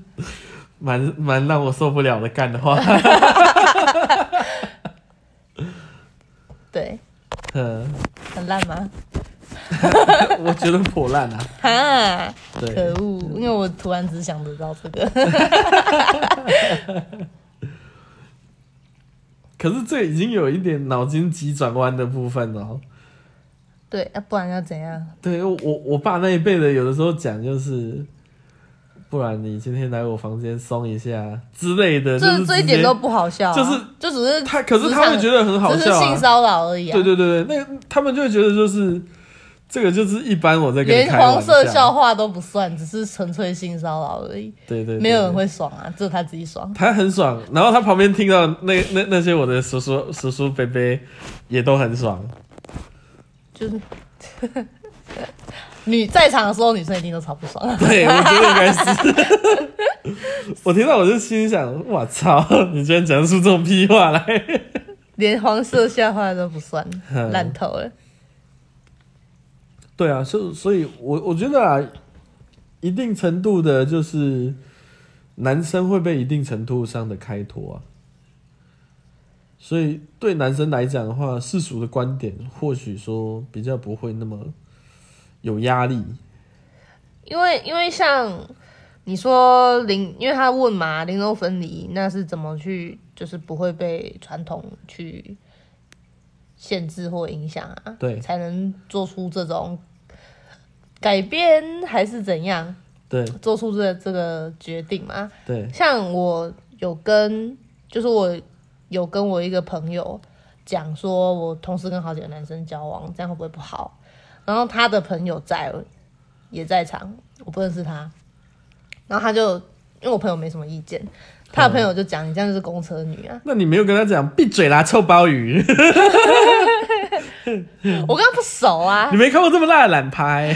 Speaker 1: 蛮蛮让我受不了的干的 话。
Speaker 2: 对，
Speaker 1: 嗯，
Speaker 2: 很烂吗？
Speaker 1: 我觉得破烂啊。
Speaker 2: 哈，可
Speaker 1: 对，
Speaker 2: 恶！因为我突然只想得到这个，
Speaker 1: 可是这已经有一点脑筋急转弯的部分了哦。
Speaker 2: 对，啊、不然要怎样？
Speaker 1: 对我我我爸那一辈的，有的时候讲就是，不然你今天来我房间松一下之类的，就
Speaker 2: 这
Speaker 1: 是
Speaker 2: 这
Speaker 1: 直
Speaker 2: 一
Speaker 1: 接
Speaker 2: 点都不好笑啊、
Speaker 1: 就是
Speaker 2: 就只是
Speaker 1: 他，可是他会觉
Speaker 2: 得
Speaker 1: 得很好
Speaker 2: 只是
Speaker 1: 笑、
Speaker 2: 性
Speaker 1: 啊，
Speaker 2: 骚扰而已啊。
Speaker 1: 对对对对，那他们就会觉得就是这个就是一般我在跟你
Speaker 2: 连
Speaker 1: 开玩
Speaker 2: 黄色笑
Speaker 1: 笑，
Speaker 2: 话都不算，只是纯粹性骚扰而已，
Speaker 1: 对对对，
Speaker 2: 没有人
Speaker 1: 对。
Speaker 2: 会爽啊，只有他自己爽。
Speaker 1: 他很爽，然后他旁边听到那那那些我的叔叔叔叔伯伯也都很爽，
Speaker 2: 就是女在场的时候，女生一定都超不爽。
Speaker 1: 对，我觉得应该是。 我听到我就心里想，我操，你居然讲得出这种屁话来！
Speaker 2: 连黄色笑话都不算，
Speaker 1: 嗯
Speaker 2: 烂透了。
Speaker 1: 对啊，所以所以我我觉得啊，一定程度的，就是男生会被一定程度上的开脱啊。所以对男生来讲的话，世俗的观点或许说比较不会那么有压力。
Speaker 2: 因为因为像你说零，因为他问嘛，零肉分离那是怎么去，就是不会被传统去限制或影响啊？
Speaker 1: 对
Speaker 2: 才能做出这种改变还是怎样？
Speaker 1: 对
Speaker 2: 做出这这个决定嘛。
Speaker 1: 对，
Speaker 2: 像我有跟，就是我有跟我一个朋友讲说，我同时跟好几个男生交往，这样会不会不好？然后他的朋友在也在场，我不认识他，然后他就因为我朋友没什么意见，他的朋友就讲你这样就是公车女啊，
Speaker 1: 那你没有跟他讲闭嘴啦，臭鲍鱼！
Speaker 2: 我跟他不熟啊
Speaker 1: 你，没看过这么辣的懒趴、欸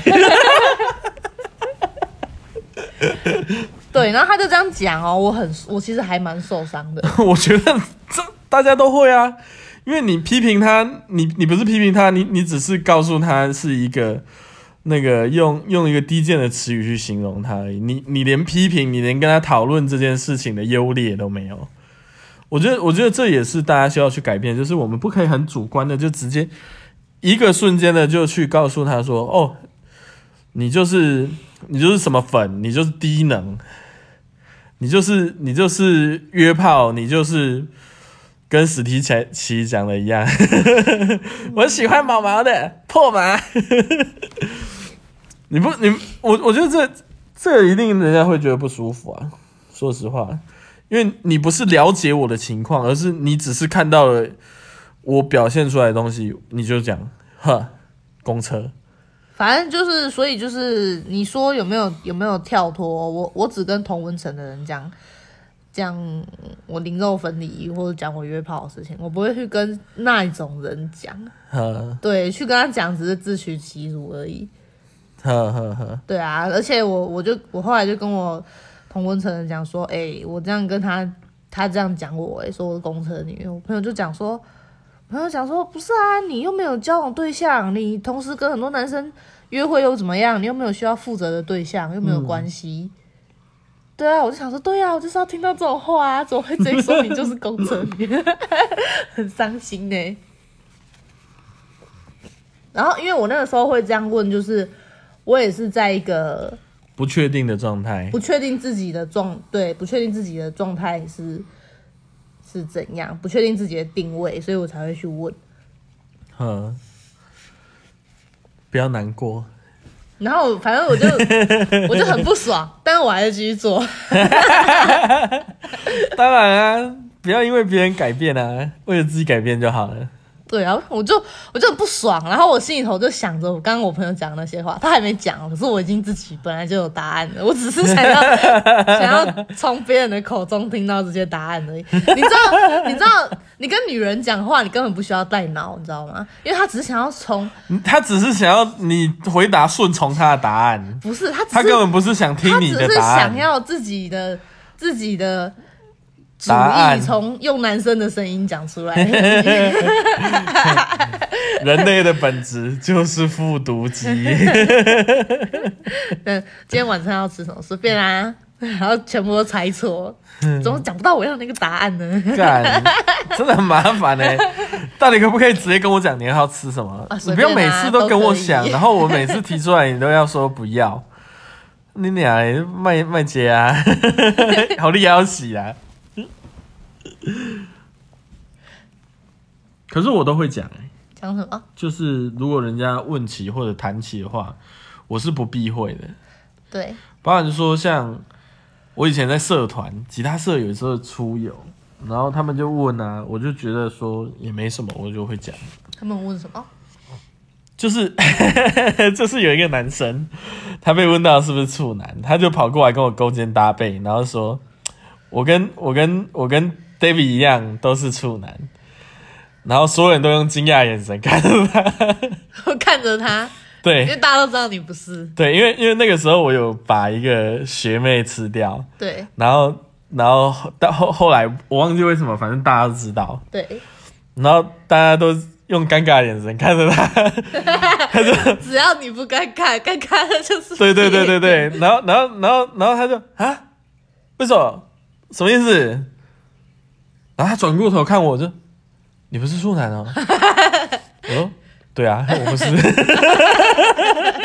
Speaker 2: 对，然后他就这样讲哦，我很我其实还蛮受伤的，
Speaker 1: 我觉得这大家都会啊，因为你批评他，你你不是批评他，你你只是告诉他是一个那个用用一个低贱的词语去形容他而已。你你连批评，你连跟他讨论这件事情的优劣都没有。我觉得，我觉得这也是大家需要去改变，就是我们不可以很主观的就直接一个瞬间的就去告诉他说：“哦，你就是你就是什么粉，你就是低能，你就是你就是约炮，你就是跟史提奇奇讲的一样， 我喜欢毛毛的破毛。 你不你我我觉得这这一定人家会觉得不舒服啊，说实话，因为你不是了解我的情况，而是你只是看到了我表现出来的东西，你就讲呵公车，
Speaker 2: 反正就是，所以就是你说有没有有没有跳脱？我我只跟同文层的人讲，讲我灵肉分离或者讲我约炮的事情，我不会去跟那一种人讲。
Speaker 1: 呵
Speaker 2: 对，去跟他讲只是自取其辱而已。
Speaker 1: 呵呵呵，
Speaker 2: 对啊，而且我我就我后来就跟我同温层人讲说，哎、我这样跟他他这样讲我、哎，说我是公车女，我朋友就讲说，我朋友讲说不是啊，你又没有交往对象，你同时跟很多男生约会又怎么样？你又没有需要负责的对象，又没有关系。对啊，我就想说，对啊，我就是要听到这种话啊，怎么会直接说你就是公车员？很伤心呢、欸然后，因为我那个时候会这样问，就是我也是在一个
Speaker 1: 不确定的状态
Speaker 2: 不，确定自己的状，对，不确定自己的状态是是怎样，不确定自己的定位，所以我才会去问。
Speaker 1: 嗯，不要难过，
Speaker 2: 然后反正我就我就很不爽，但是我还是继续做。
Speaker 1: 当然啊，不要因为别人改变啊，为了自己改变就好了。
Speaker 2: 对啊，我就我就很不爽，然后我心里头就想着我刚刚我朋友讲的那些话，他还没讲，可是我已经自己本来就有答案了，我只是想 要想要从别人的口中听到这些答案而已。你知道，你知道，你跟女人讲话，你根本不需要带脑，你知道吗？因为她只是想要从
Speaker 1: 他只是想要你回答顺从他的答案，
Speaker 2: 不是她只
Speaker 1: 他
Speaker 2: 是
Speaker 1: 根本不是想听
Speaker 2: 他
Speaker 1: 你
Speaker 2: 只
Speaker 1: 的
Speaker 2: 是
Speaker 1: 答
Speaker 2: 想
Speaker 1: 案。
Speaker 2: 要自己的自己的主
Speaker 1: 答案
Speaker 2: 意从用男生的声音讲出 来。
Speaker 1: 人类的本质就是复读机。
Speaker 2: 嗯，今天晚上要吃什么？随便啦、 然后全部都猜错，
Speaker 1: 嗯
Speaker 2: 怎么讲不到我要那个答案呢？
Speaker 1: 干，真的很麻烦 呢、到底可不可以直接跟我讲你要吃什么？
Speaker 2: 啊随
Speaker 1: 你不要每
Speaker 2: 便啊
Speaker 1: 次都跟我讲
Speaker 2: 都，可以
Speaker 1: 然后我每次提出来，你都要说不要。你俩欸卖卖姐啊， 好利要洗啊！可是我都会讲、欸，
Speaker 2: 讲什么？
Speaker 1: 就是如果人家问起或者谈起的话，我是不避讳的。
Speaker 2: 对，
Speaker 1: 包含说像我以前在社团吉他社有时候出游，然后他们就问啊，我就觉得说也没什么，我就会讲，
Speaker 2: 他们问什么？
Speaker 1: 就是 就是有一个男生，他被问到是不是处男，他就跑过来跟我勾肩搭背，然后说，我跟我跟我跟 David 一样都是处男。然后所有人都用惊讶的眼神看着他，
Speaker 2: 我 看着他，因为
Speaker 1: 对
Speaker 2: 大家都知道你不是。
Speaker 1: 对，因为因为那个时候我有把一个学妹吃掉，
Speaker 2: 对
Speaker 1: 然后，然后到后后来，我忘记为什么，反正大家都知道。
Speaker 2: 对，
Speaker 1: 然后大家都用尴尬的眼神看着他，
Speaker 2: 只要你不尴尬，尴尬的就是
Speaker 1: 对对对
Speaker 2: 你
Speaker 1: 对对。然后，然后，然后，然后他就啊，为什么？什么意思？然后他转过头看我，就你不是处男哦？ 我说对啊，我不是。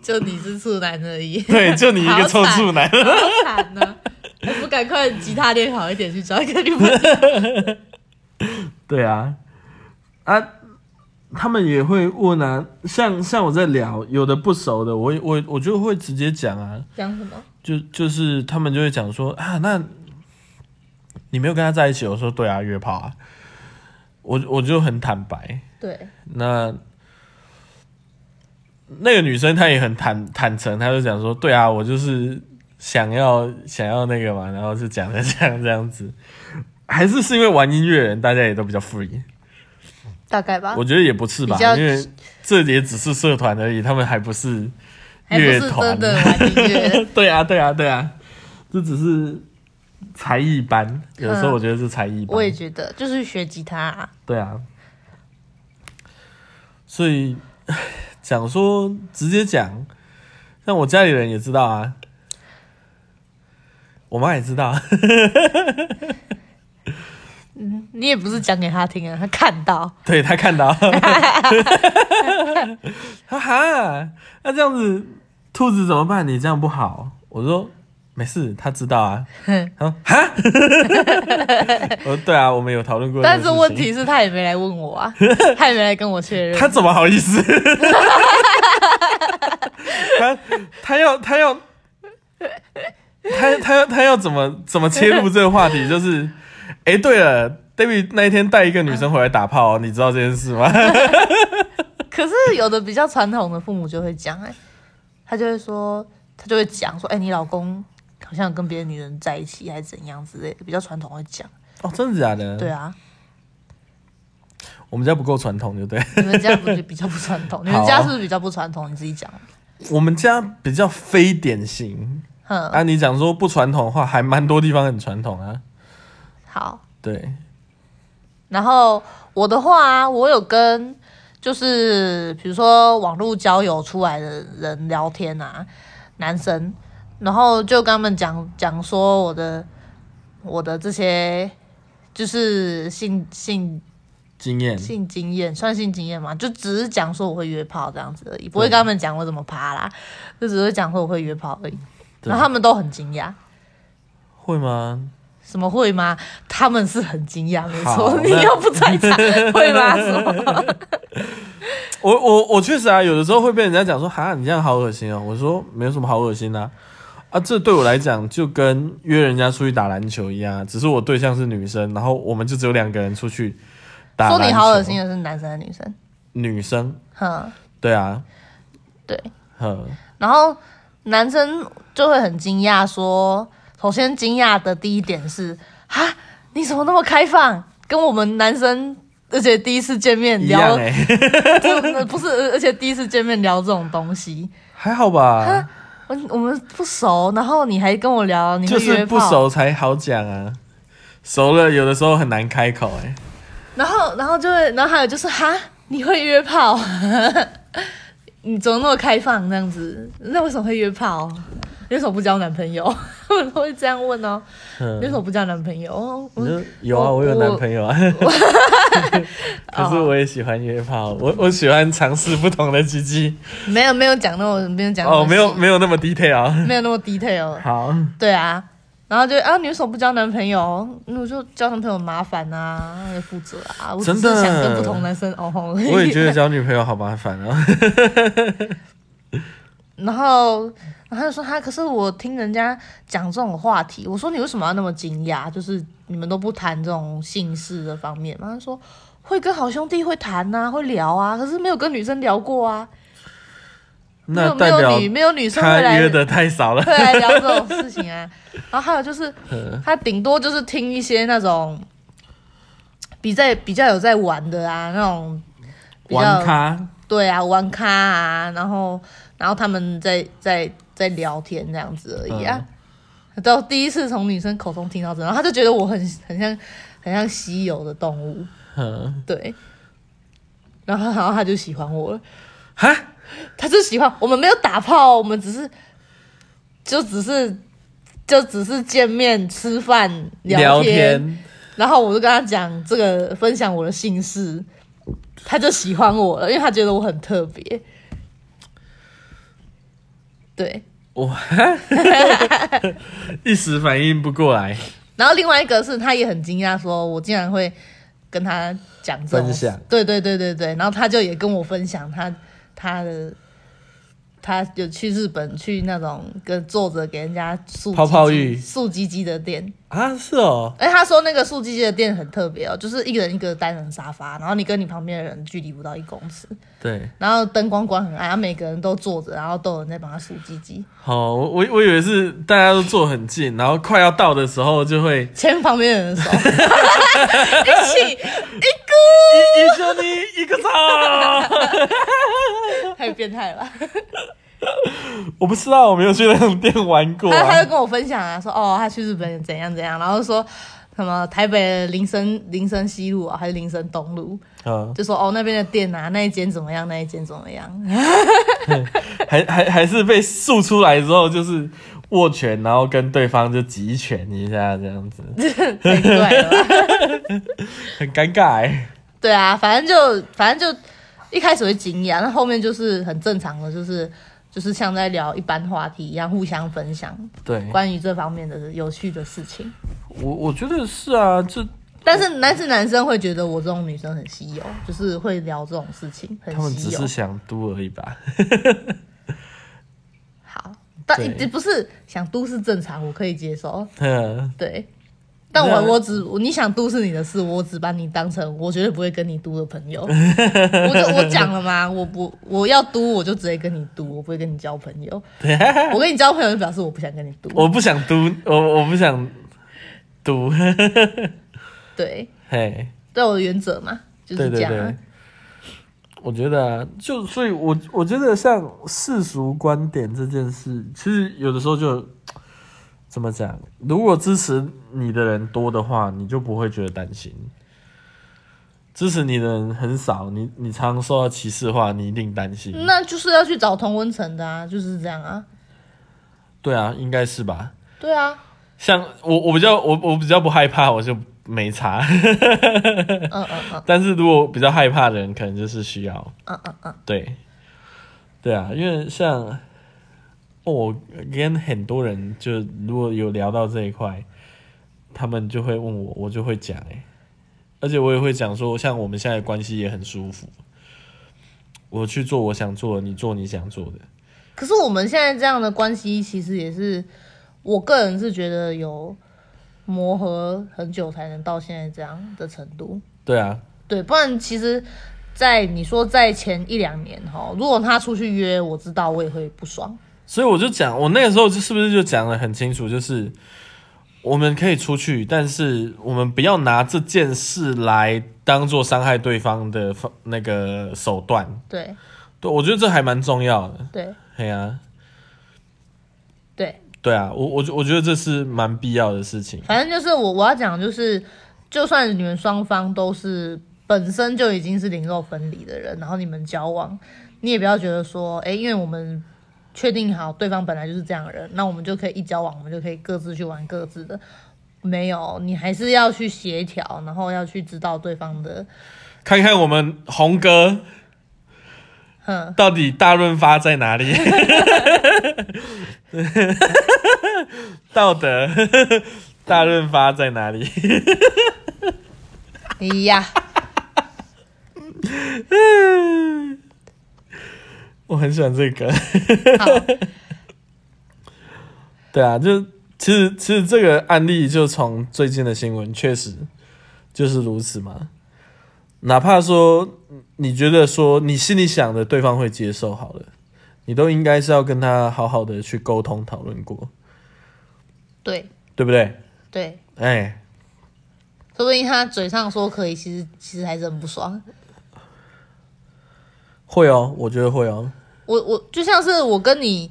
Speaker 2: 就你是处男 而已。
Speaker 1: 对，就你一个臭
Speaker 2: 好惨
Speaker 1: 处男。
Speaker 2: 好惨呢、我不赶快吉他练好一点去找一个女 朋友？
Speaker 1: 对啊，啊，他们也会问啊，像像我在聊，有的不熟的，我也我我就会直接讲啊，
Speaker 2: 讲什么？
Speaker 1: 就就是他们就会讲说啊，那你没有跟他在一起，我说对啊，约炮啊，我我就很坦白，
Speaker 2: 对
Speaker 1: 那那个女生她也很坦坦诚，她就讲说，对啊，我就是想要想要那个嘛，然后就讲的 这样这样子，还是是因为玩音乐人，大家也都比较 free。
Speaker 2: 大概吧
Speaker 1: 我觉得也不是吧
Speaker 2: 啊比，较
Speaker 1: 因为这也只是社团而已，他们还不是
Speaker 2: 还不
Speaker 1: 乐
Speaker 2: 是
Speaker 1: 团
Speaker 2: 真。的玩音乐。
Speaker 1: 对啊，对啊，对啊，这只是才艺班，有时候我觉得是才艺班。
Speaker 2: 嗯我也觉得，就是学吉他、啊。
Speaker 1: 对啊，所以讲说直接讲，像我家里人也知道啊，我妈也知道，啊
Speaker 2: 你也不是讲给他听啊，他看到，
Speaker 1: 对她看 到，哈哈，那这样子兔子怎么办？你这样不好。我说没事，她知道啊。
Speaker 2: 哼
Speaker 1: 她说哈， 我说对啊，我们有讨论过这个
Speaker 2: 但
Speaker 1: 事
Speaker 2: 是
Speaker 1: 情。
Speaker 2: 问题是他也没来问我 啊，他也没来跟我确认。
Speaker 1: 他怎么好意思？ 他他要他要他他要他要怎么怎么切入这个话题？就是，哎、对了，David 那一天带一个女生回来打炮、哦，你知道这件事 吗？
Speaker 2: 可是有的比较传统的父母就会讲，哎，他就会说，他就会讲说，哎、你老公好像跟别的女人在一起，还是怎样之类的，比较传统会讲。
Speaker 1: 哦，真的假的？
Speaker 2: 对，啊，
Speaker 1: 我们家不够传统，就对。
Speaker 2: 你们家不是比较不传统？你
Speaker 1: 好
Speaker 2: 们
Speaker 1: 啊
Speaker 2: 家是不是比较不传统？你自己讲。
Speaker 1: 我们家比较非典型。
Speaker 2: 哼，
Speaker 1: 啊，你讲说不传统的话，还蛮多地方很传统啊。
Speaker 2: 好。
Speaker 1: 对，
Speaker 2: 然后我的话、啊，我有跟就是比如说网络交友出来的人聊天啊，男生，然后就跟他们讲讲说我的我的这些就是性性
Speaker 1: 经验
Speaker 2: 性经验，算性经验嘛，就只是讲说我会约炮这样子而已，不会跟他们讲我怎么爬啦，就只是讲说我会约炮而已。
Speaker 1: 对
Speaker 2: 然后他们都很惊讶，
Speaker 1: 会吗？
Speaker 2: 什么会吗？他们是很惊讶，没
Speaker 1: 好
Speaker 2: 错，
Speaker 1: 那
Speaker 2: 你又不 在场，会吗？什么？
Speaker 1: 我我我确实啊，有的时候会被人家讲说，哈，你这样好恶心哦。我说没有什么好恶心的啊、啊，这对我来讲就跟约人家出去打篮球一样啊，只是我对象是女生，然后我们就只有两个人出去打
Speaker 2: 说
Speaker 1: 篮球。
Speaker 2: 你好恶心啊的是男生还是女生？
Speaker 1: 女生，
Speaker 2: 哼，
Speaker 1: 对啊，
Speaker 2: 对。
Speaker 1: 呵，
Speaker 2: 然后男生就会很惊讶说，首先惊讶的第一点是，哈，你怎么那么开放？跟我们男生，而且第一次见面
Speaker 1: 一样，
Speaker 2: 聊
Speaker 1: 哎、
Speaker 2: 这不是，而且第一次见面聊这种东西，
Speaker 1: 还好吧，
Speaker 2: 我我们不熟，然后你还跟我聊，你会
Speaker 1: 就是
Speaker 2: 约
Speaker 1: 不
Speaker 2: 炮，
Speaker 1: 熟才好讲啊，熟了有的时候很难开口、哎，
Speaker 2: 然后然后就会，然后还有就是哈，你会约炮， 你怎么那么开放这样子？那为什么会约炮？你为什么不交男朋友？我都会这样问哦。你为
Speaker 1: 嗯，
Speaker 2: 什么不交男朋友？哦
Speaker 1: 你
Speaker 2: 我
Speaker 1: 说有啊，
Speaker 2: 我
Speaker 1: 我有男
Speaker 2: 我
Speaker 1: 朋友啊，可是我也喜欢约炮，我我喜欢尝试不同的鸡鸡。
Speaker 2: 没有没有讲那么没有讲那么
Speaker 1: 哦，没有
Speaker 2: 细
Speaker 1: 没有那么 detail。
Speaker 2: 没有那么 detail。
Speaker 1: 好，
Speaker 2: 对啊，然后就啊，你为什么不交男朋友？那我就交男朋友很麻烦啊，要负责啊。我只是
Speaker 1: 真的
Speaker 2: 想跟不同男生哦吼。
Speaker 1: 我也觉得交女朋友好麻烦啊。
Speaker 2: 然后，然后他就说他，可是我听人家讲这种话题，我说你为什么要那么惊讶？就是你们都不谈这种性事的方面吗？他说会跟好兄弟会谈啊，会聊啊，可是没有跟女生聊过啊，没
Speaker 1: 那
Speaker 2: 有没
Speaker 1: 代表
Speaker 2: 有女没有女生
Speaker 1: 他
Speaker 2: 会来
Speaker 1: 约的太少了。
Speaker 2: 会来聊这种事情啊。然后还有就是，他顶多就是听一些那种比在比较有在玩的啊，那种比
Speaker 1: 玩
Speaker 2: 较
Speaker 1: 咖，
Speaker 2: 对啊玩咖啊，然后然后他们在在在聊天这样子而已啊。
Speaker 1: 嗯
Speaker 2: 到第一次从女生口中听到这，然后他就觉得我很很像很像稀有的动物，
Speaker 1: 嗯，
Speaker 2: 对。然后然后他就喜欢我了。
Speaker 1: 哈，
Speaker 2: 他就喜欢我们没有打炮，我们只是就只是就只是见面吃饭聊
Speaker 1: 聊天，
Speaker 2: 然后我就跟他讲这个分享我的姓氏，他就喜欢我了，因为他觉得我很特别。对，
Speaker 1: 我一时反应不过来，
Speaker 2: 然后另外一个是他也很惊讶，说我竟然会跟他讲这种
Speaker 1: 分享，
Speaker 2: 对对对对对，然后他就也跟我分享他他的。他有去日本去那种跟坐着给人家素
Speaker 1: 泡泡浴
Speaker 2: 素鸡鸡的店，
Speaker 1: 啊，是哦，
Speaker 2: 哎，他说那个素鸡鸡的店很特别哦，就是一个人一个单人沙发，然后你跟你旁边的人距离不到一公尺，
Speaker 1: 对，
Speaker 2: 然后灯光关很暗，然后每个人都坐着，然后都有人在帮他素鸡鸡，
Speaker 1: 好，我我我以为是大家都坐很近，然后快要到的时候就会
Speaker 2: 牵旁边的人的手， 一
Speaker 1: 一
Speaker 2: 起
Speaker 1: 一兄弟一个操，
Speaker 2: 太变态了吧。
Speaker 1: 我不知道，我没有去那种店玩过
Speaker 2: 他他
Speaker 1: 啊
Speaker 2: 就，跟我分享啊，说哦，他去日本怎样怎样，然后说什么台北的林森林森西路啊，还是林森东路，
Speaker 1: 嗯，
Speaker 2: 就说哦那边的店啊，那一间怎么样，那一间怎么样，
Speaker 1: 还还还是被诉出来之后，就是握拳，然后跟对方就集拳一下，这样子
Speaker 2: 太怪了吧。
Speaker 1: 很尴尬、欸。
Speaker 2: 对啊，反正就反正就一开始会惊讶，那后面就是很正常的，就是就是像在聊一般话题一样，互相分享
Speaker 1: 对，
Speaker 2: 关于这方面的有趣的事情。
Speaker 1: 我我觉得是啊，这
Speaker 2: 但是男是男生会觉得我这种女生很稀有，就是会聊这种事情，很
Speaker 1: 他们只
Speaker 2: 稀有。
Speaker 1: 是想嘟而已吧。
Speaker 2: 好，但
Speaker 1: 对
Speaker 2: 也不是想都是正常，我可以接受。
Speaker 1: 嗯，
Speaker 2: 对，但我
Speaker 1: 那
Speaker 2: 我只你想都是你的事，我只把你当成我绝对不会跟你嘟的朋 友。我就我讲了嘛，我不我要嘟我就直接跟你嘟，我不会跟你交朋友。我跟你交朋友就表示我不想跟你嘟。
Speaker 1: 我不想嘟，我我不想嘟。
Speaker 2: 对，
Speaker 1: 嘿，
Speaker 2: 对我的原则嘛，就是
Speaker 1: 对
Speaker 2: 这
Speaker 1: 对
Speaker 2: 样
Speaker 1: 对
Speaker 2: 啊。，
Speaker 1: 我觉得、啊、就所以我，我觉得像世俗观点这件事，其实有的时候就怎么讲，如果支持你的人多的话，你就不会觉得担心。支持你的人很少，你你常受到歧视的话，你一定担心。
Speaker 2: 那就是要去找同温层的啊，就是这样啊。
Speaker 1: 对啊，应该是吧？
Speaker 2: 对啊，
Speaker 1: 像我，我比较我我比较不害怕，我就没差。
Speaker 2: 嗯嗯嗯
Speaker 1: 但是如果比较害怕的人，可能就是需要
Speaker 2: 嗯嗯嗯，
Speaker 1: 对，对啊，因为像哦我跟很多人就如果有聊到这一块，他们就会问我，我就会讲哎、而且我也会讲说，像我们现在的关系也很舒服，我去做我想做的，你做你想做的，
Speaker 2: 可是我们现在这样的关系，其实也是我个人是觉得有磨合很久才能到现在这样的程度。
Speaker 1: 对啊，
Speaker 2: 对，不然其实，在你说在前一两年哈，如果他出去约，我知道我也会不爽。
Speaker 1: 所以我就讲，我那个时候就是不是就讲的很清楚，就是我们可以出去，但是我们不要拿这件事来当做伤害对方的方那个手段。
Speaker 2: 对
Speaker 1: 对，我觉得这还蛮重要的。
Speaker 2: 对
Speaker 1: 嘿呀、
Speaker 2: 对，
Speaker 1: 对啊，我我我觉得这是蛮必要的事情。
Speaker 2: 反正就是我我要讲的就是，就算你们双方都是本身就已经是零肉分离的人，然后你们交往，你也不要觉得说，诶，因为我们确定好对方本来就是这样的人，那我们就可以一交往，我们就可以各自去玩各自的。没有，你还是要去协调，然后要去知道对方的，
Speaker 1: 看看我们红哥
Speaker 2: 哼，
Speaker 1: 到底大润发在哪里？ 道德 大润发在哪里？
Speaker 2: 你哎呀，
Speaker 1: 我很喜欢这个。
Speaker 2: 好，
Speaker 1: 对啊，就其实其实这个案例就从最近的新闻确实就是如此嘛。哪怕说嗯你觉得说你心里想的对方会接受好了，你都应该是要跟他好好的去沟通讨论过，
Speaker 2: 对
Speaker 1: 对不对？
Speaker 2: 对，
Speaker 1: 哎，
Speaker 2: 说不定他嘴上说可以，其实其实还是很不爽。
Speaker 1: 会哦，我觉得会哦。
Speaker 2: 我我就像是我跟你，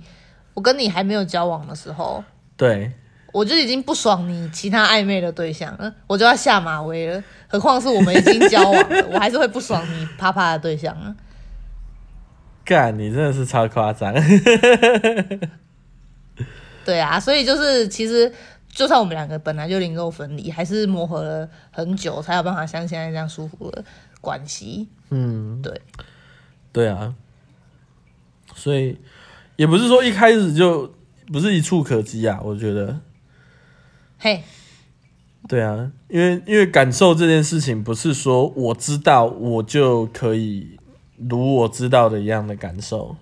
Speaker 2: 我跟你还没有交往的时候，
Speaker 1: 对，
Speaker 2: 我就已经不爽你其他暧昧的对象了，我就要下马威了。何况是我们已经交往了，我还是会不爽你啪啪的对象啊。
Speaker 1: 干，你真的是超夸张。
Speaker 2: 对啊，所以就是其实就算我们两个本来就零肉分离，还是磨合了很久，才有办法像现在这样舒服的关系。
Speaker 1: 嗯，
Speaker 2: 对，
Speaker 1: 对啊，所以也不是说一开始就不是一触可及啊，我觉得。
Speaker 2: 嘿，
Speaker 1: 对啊，因为因为感受这件事情，不是说我知道我就可以如我知道的一样的感受。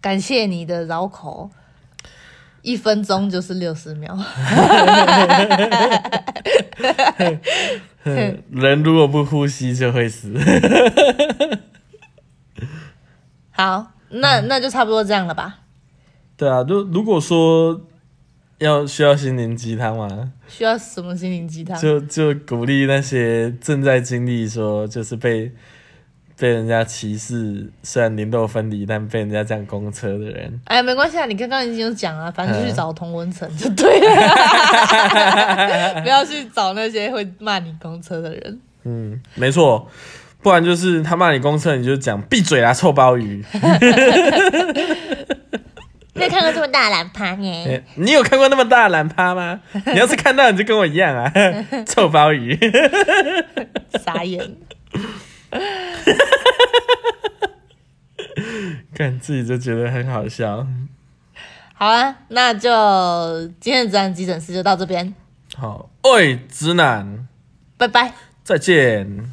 Speaker 2: 感谢你的绕口，一分钟就是六十秒。
Speaker 1: 哼人如果不呼吸就会死。
Speaker 2: 好，那那就差不多这样了吧。
Speaker 1: 对啊，就如果说要需要心灵鸡汤嘛，
Speaker 2: 需要什么心灵鸡汤？
Speaker 1: 就就鼓励那些正在经历说就是被被人家歧视，虽然零度分离，但被人家这样公车的人。
Speaker 2: 哎，没关系啊，你刚刚已经有讲了，反正就去找同文层就 对了，不要去找那些会骂你公车的人。
Speaker 1: 嗯，没错，不然就是他骂你公车，你就讲闭嘴啦，臭鲍鱼。
Speaker 2: 没有看过这么大懒趴呢，
Speaker 1: 欸你有看过那么大的懒趴吗？你要是看到，你就跟我一样啊， 臭鲍鱼。
Speaker 2: 傻眼。
Speaker 1: 看自己就觉得很好笑。
Speaker 2: 好啊，那就今天的直男急诊室就到这边，
Speaker 1: 好，喂，直男，
Speaker 2: 拜拜。
Speaker 1: 再见。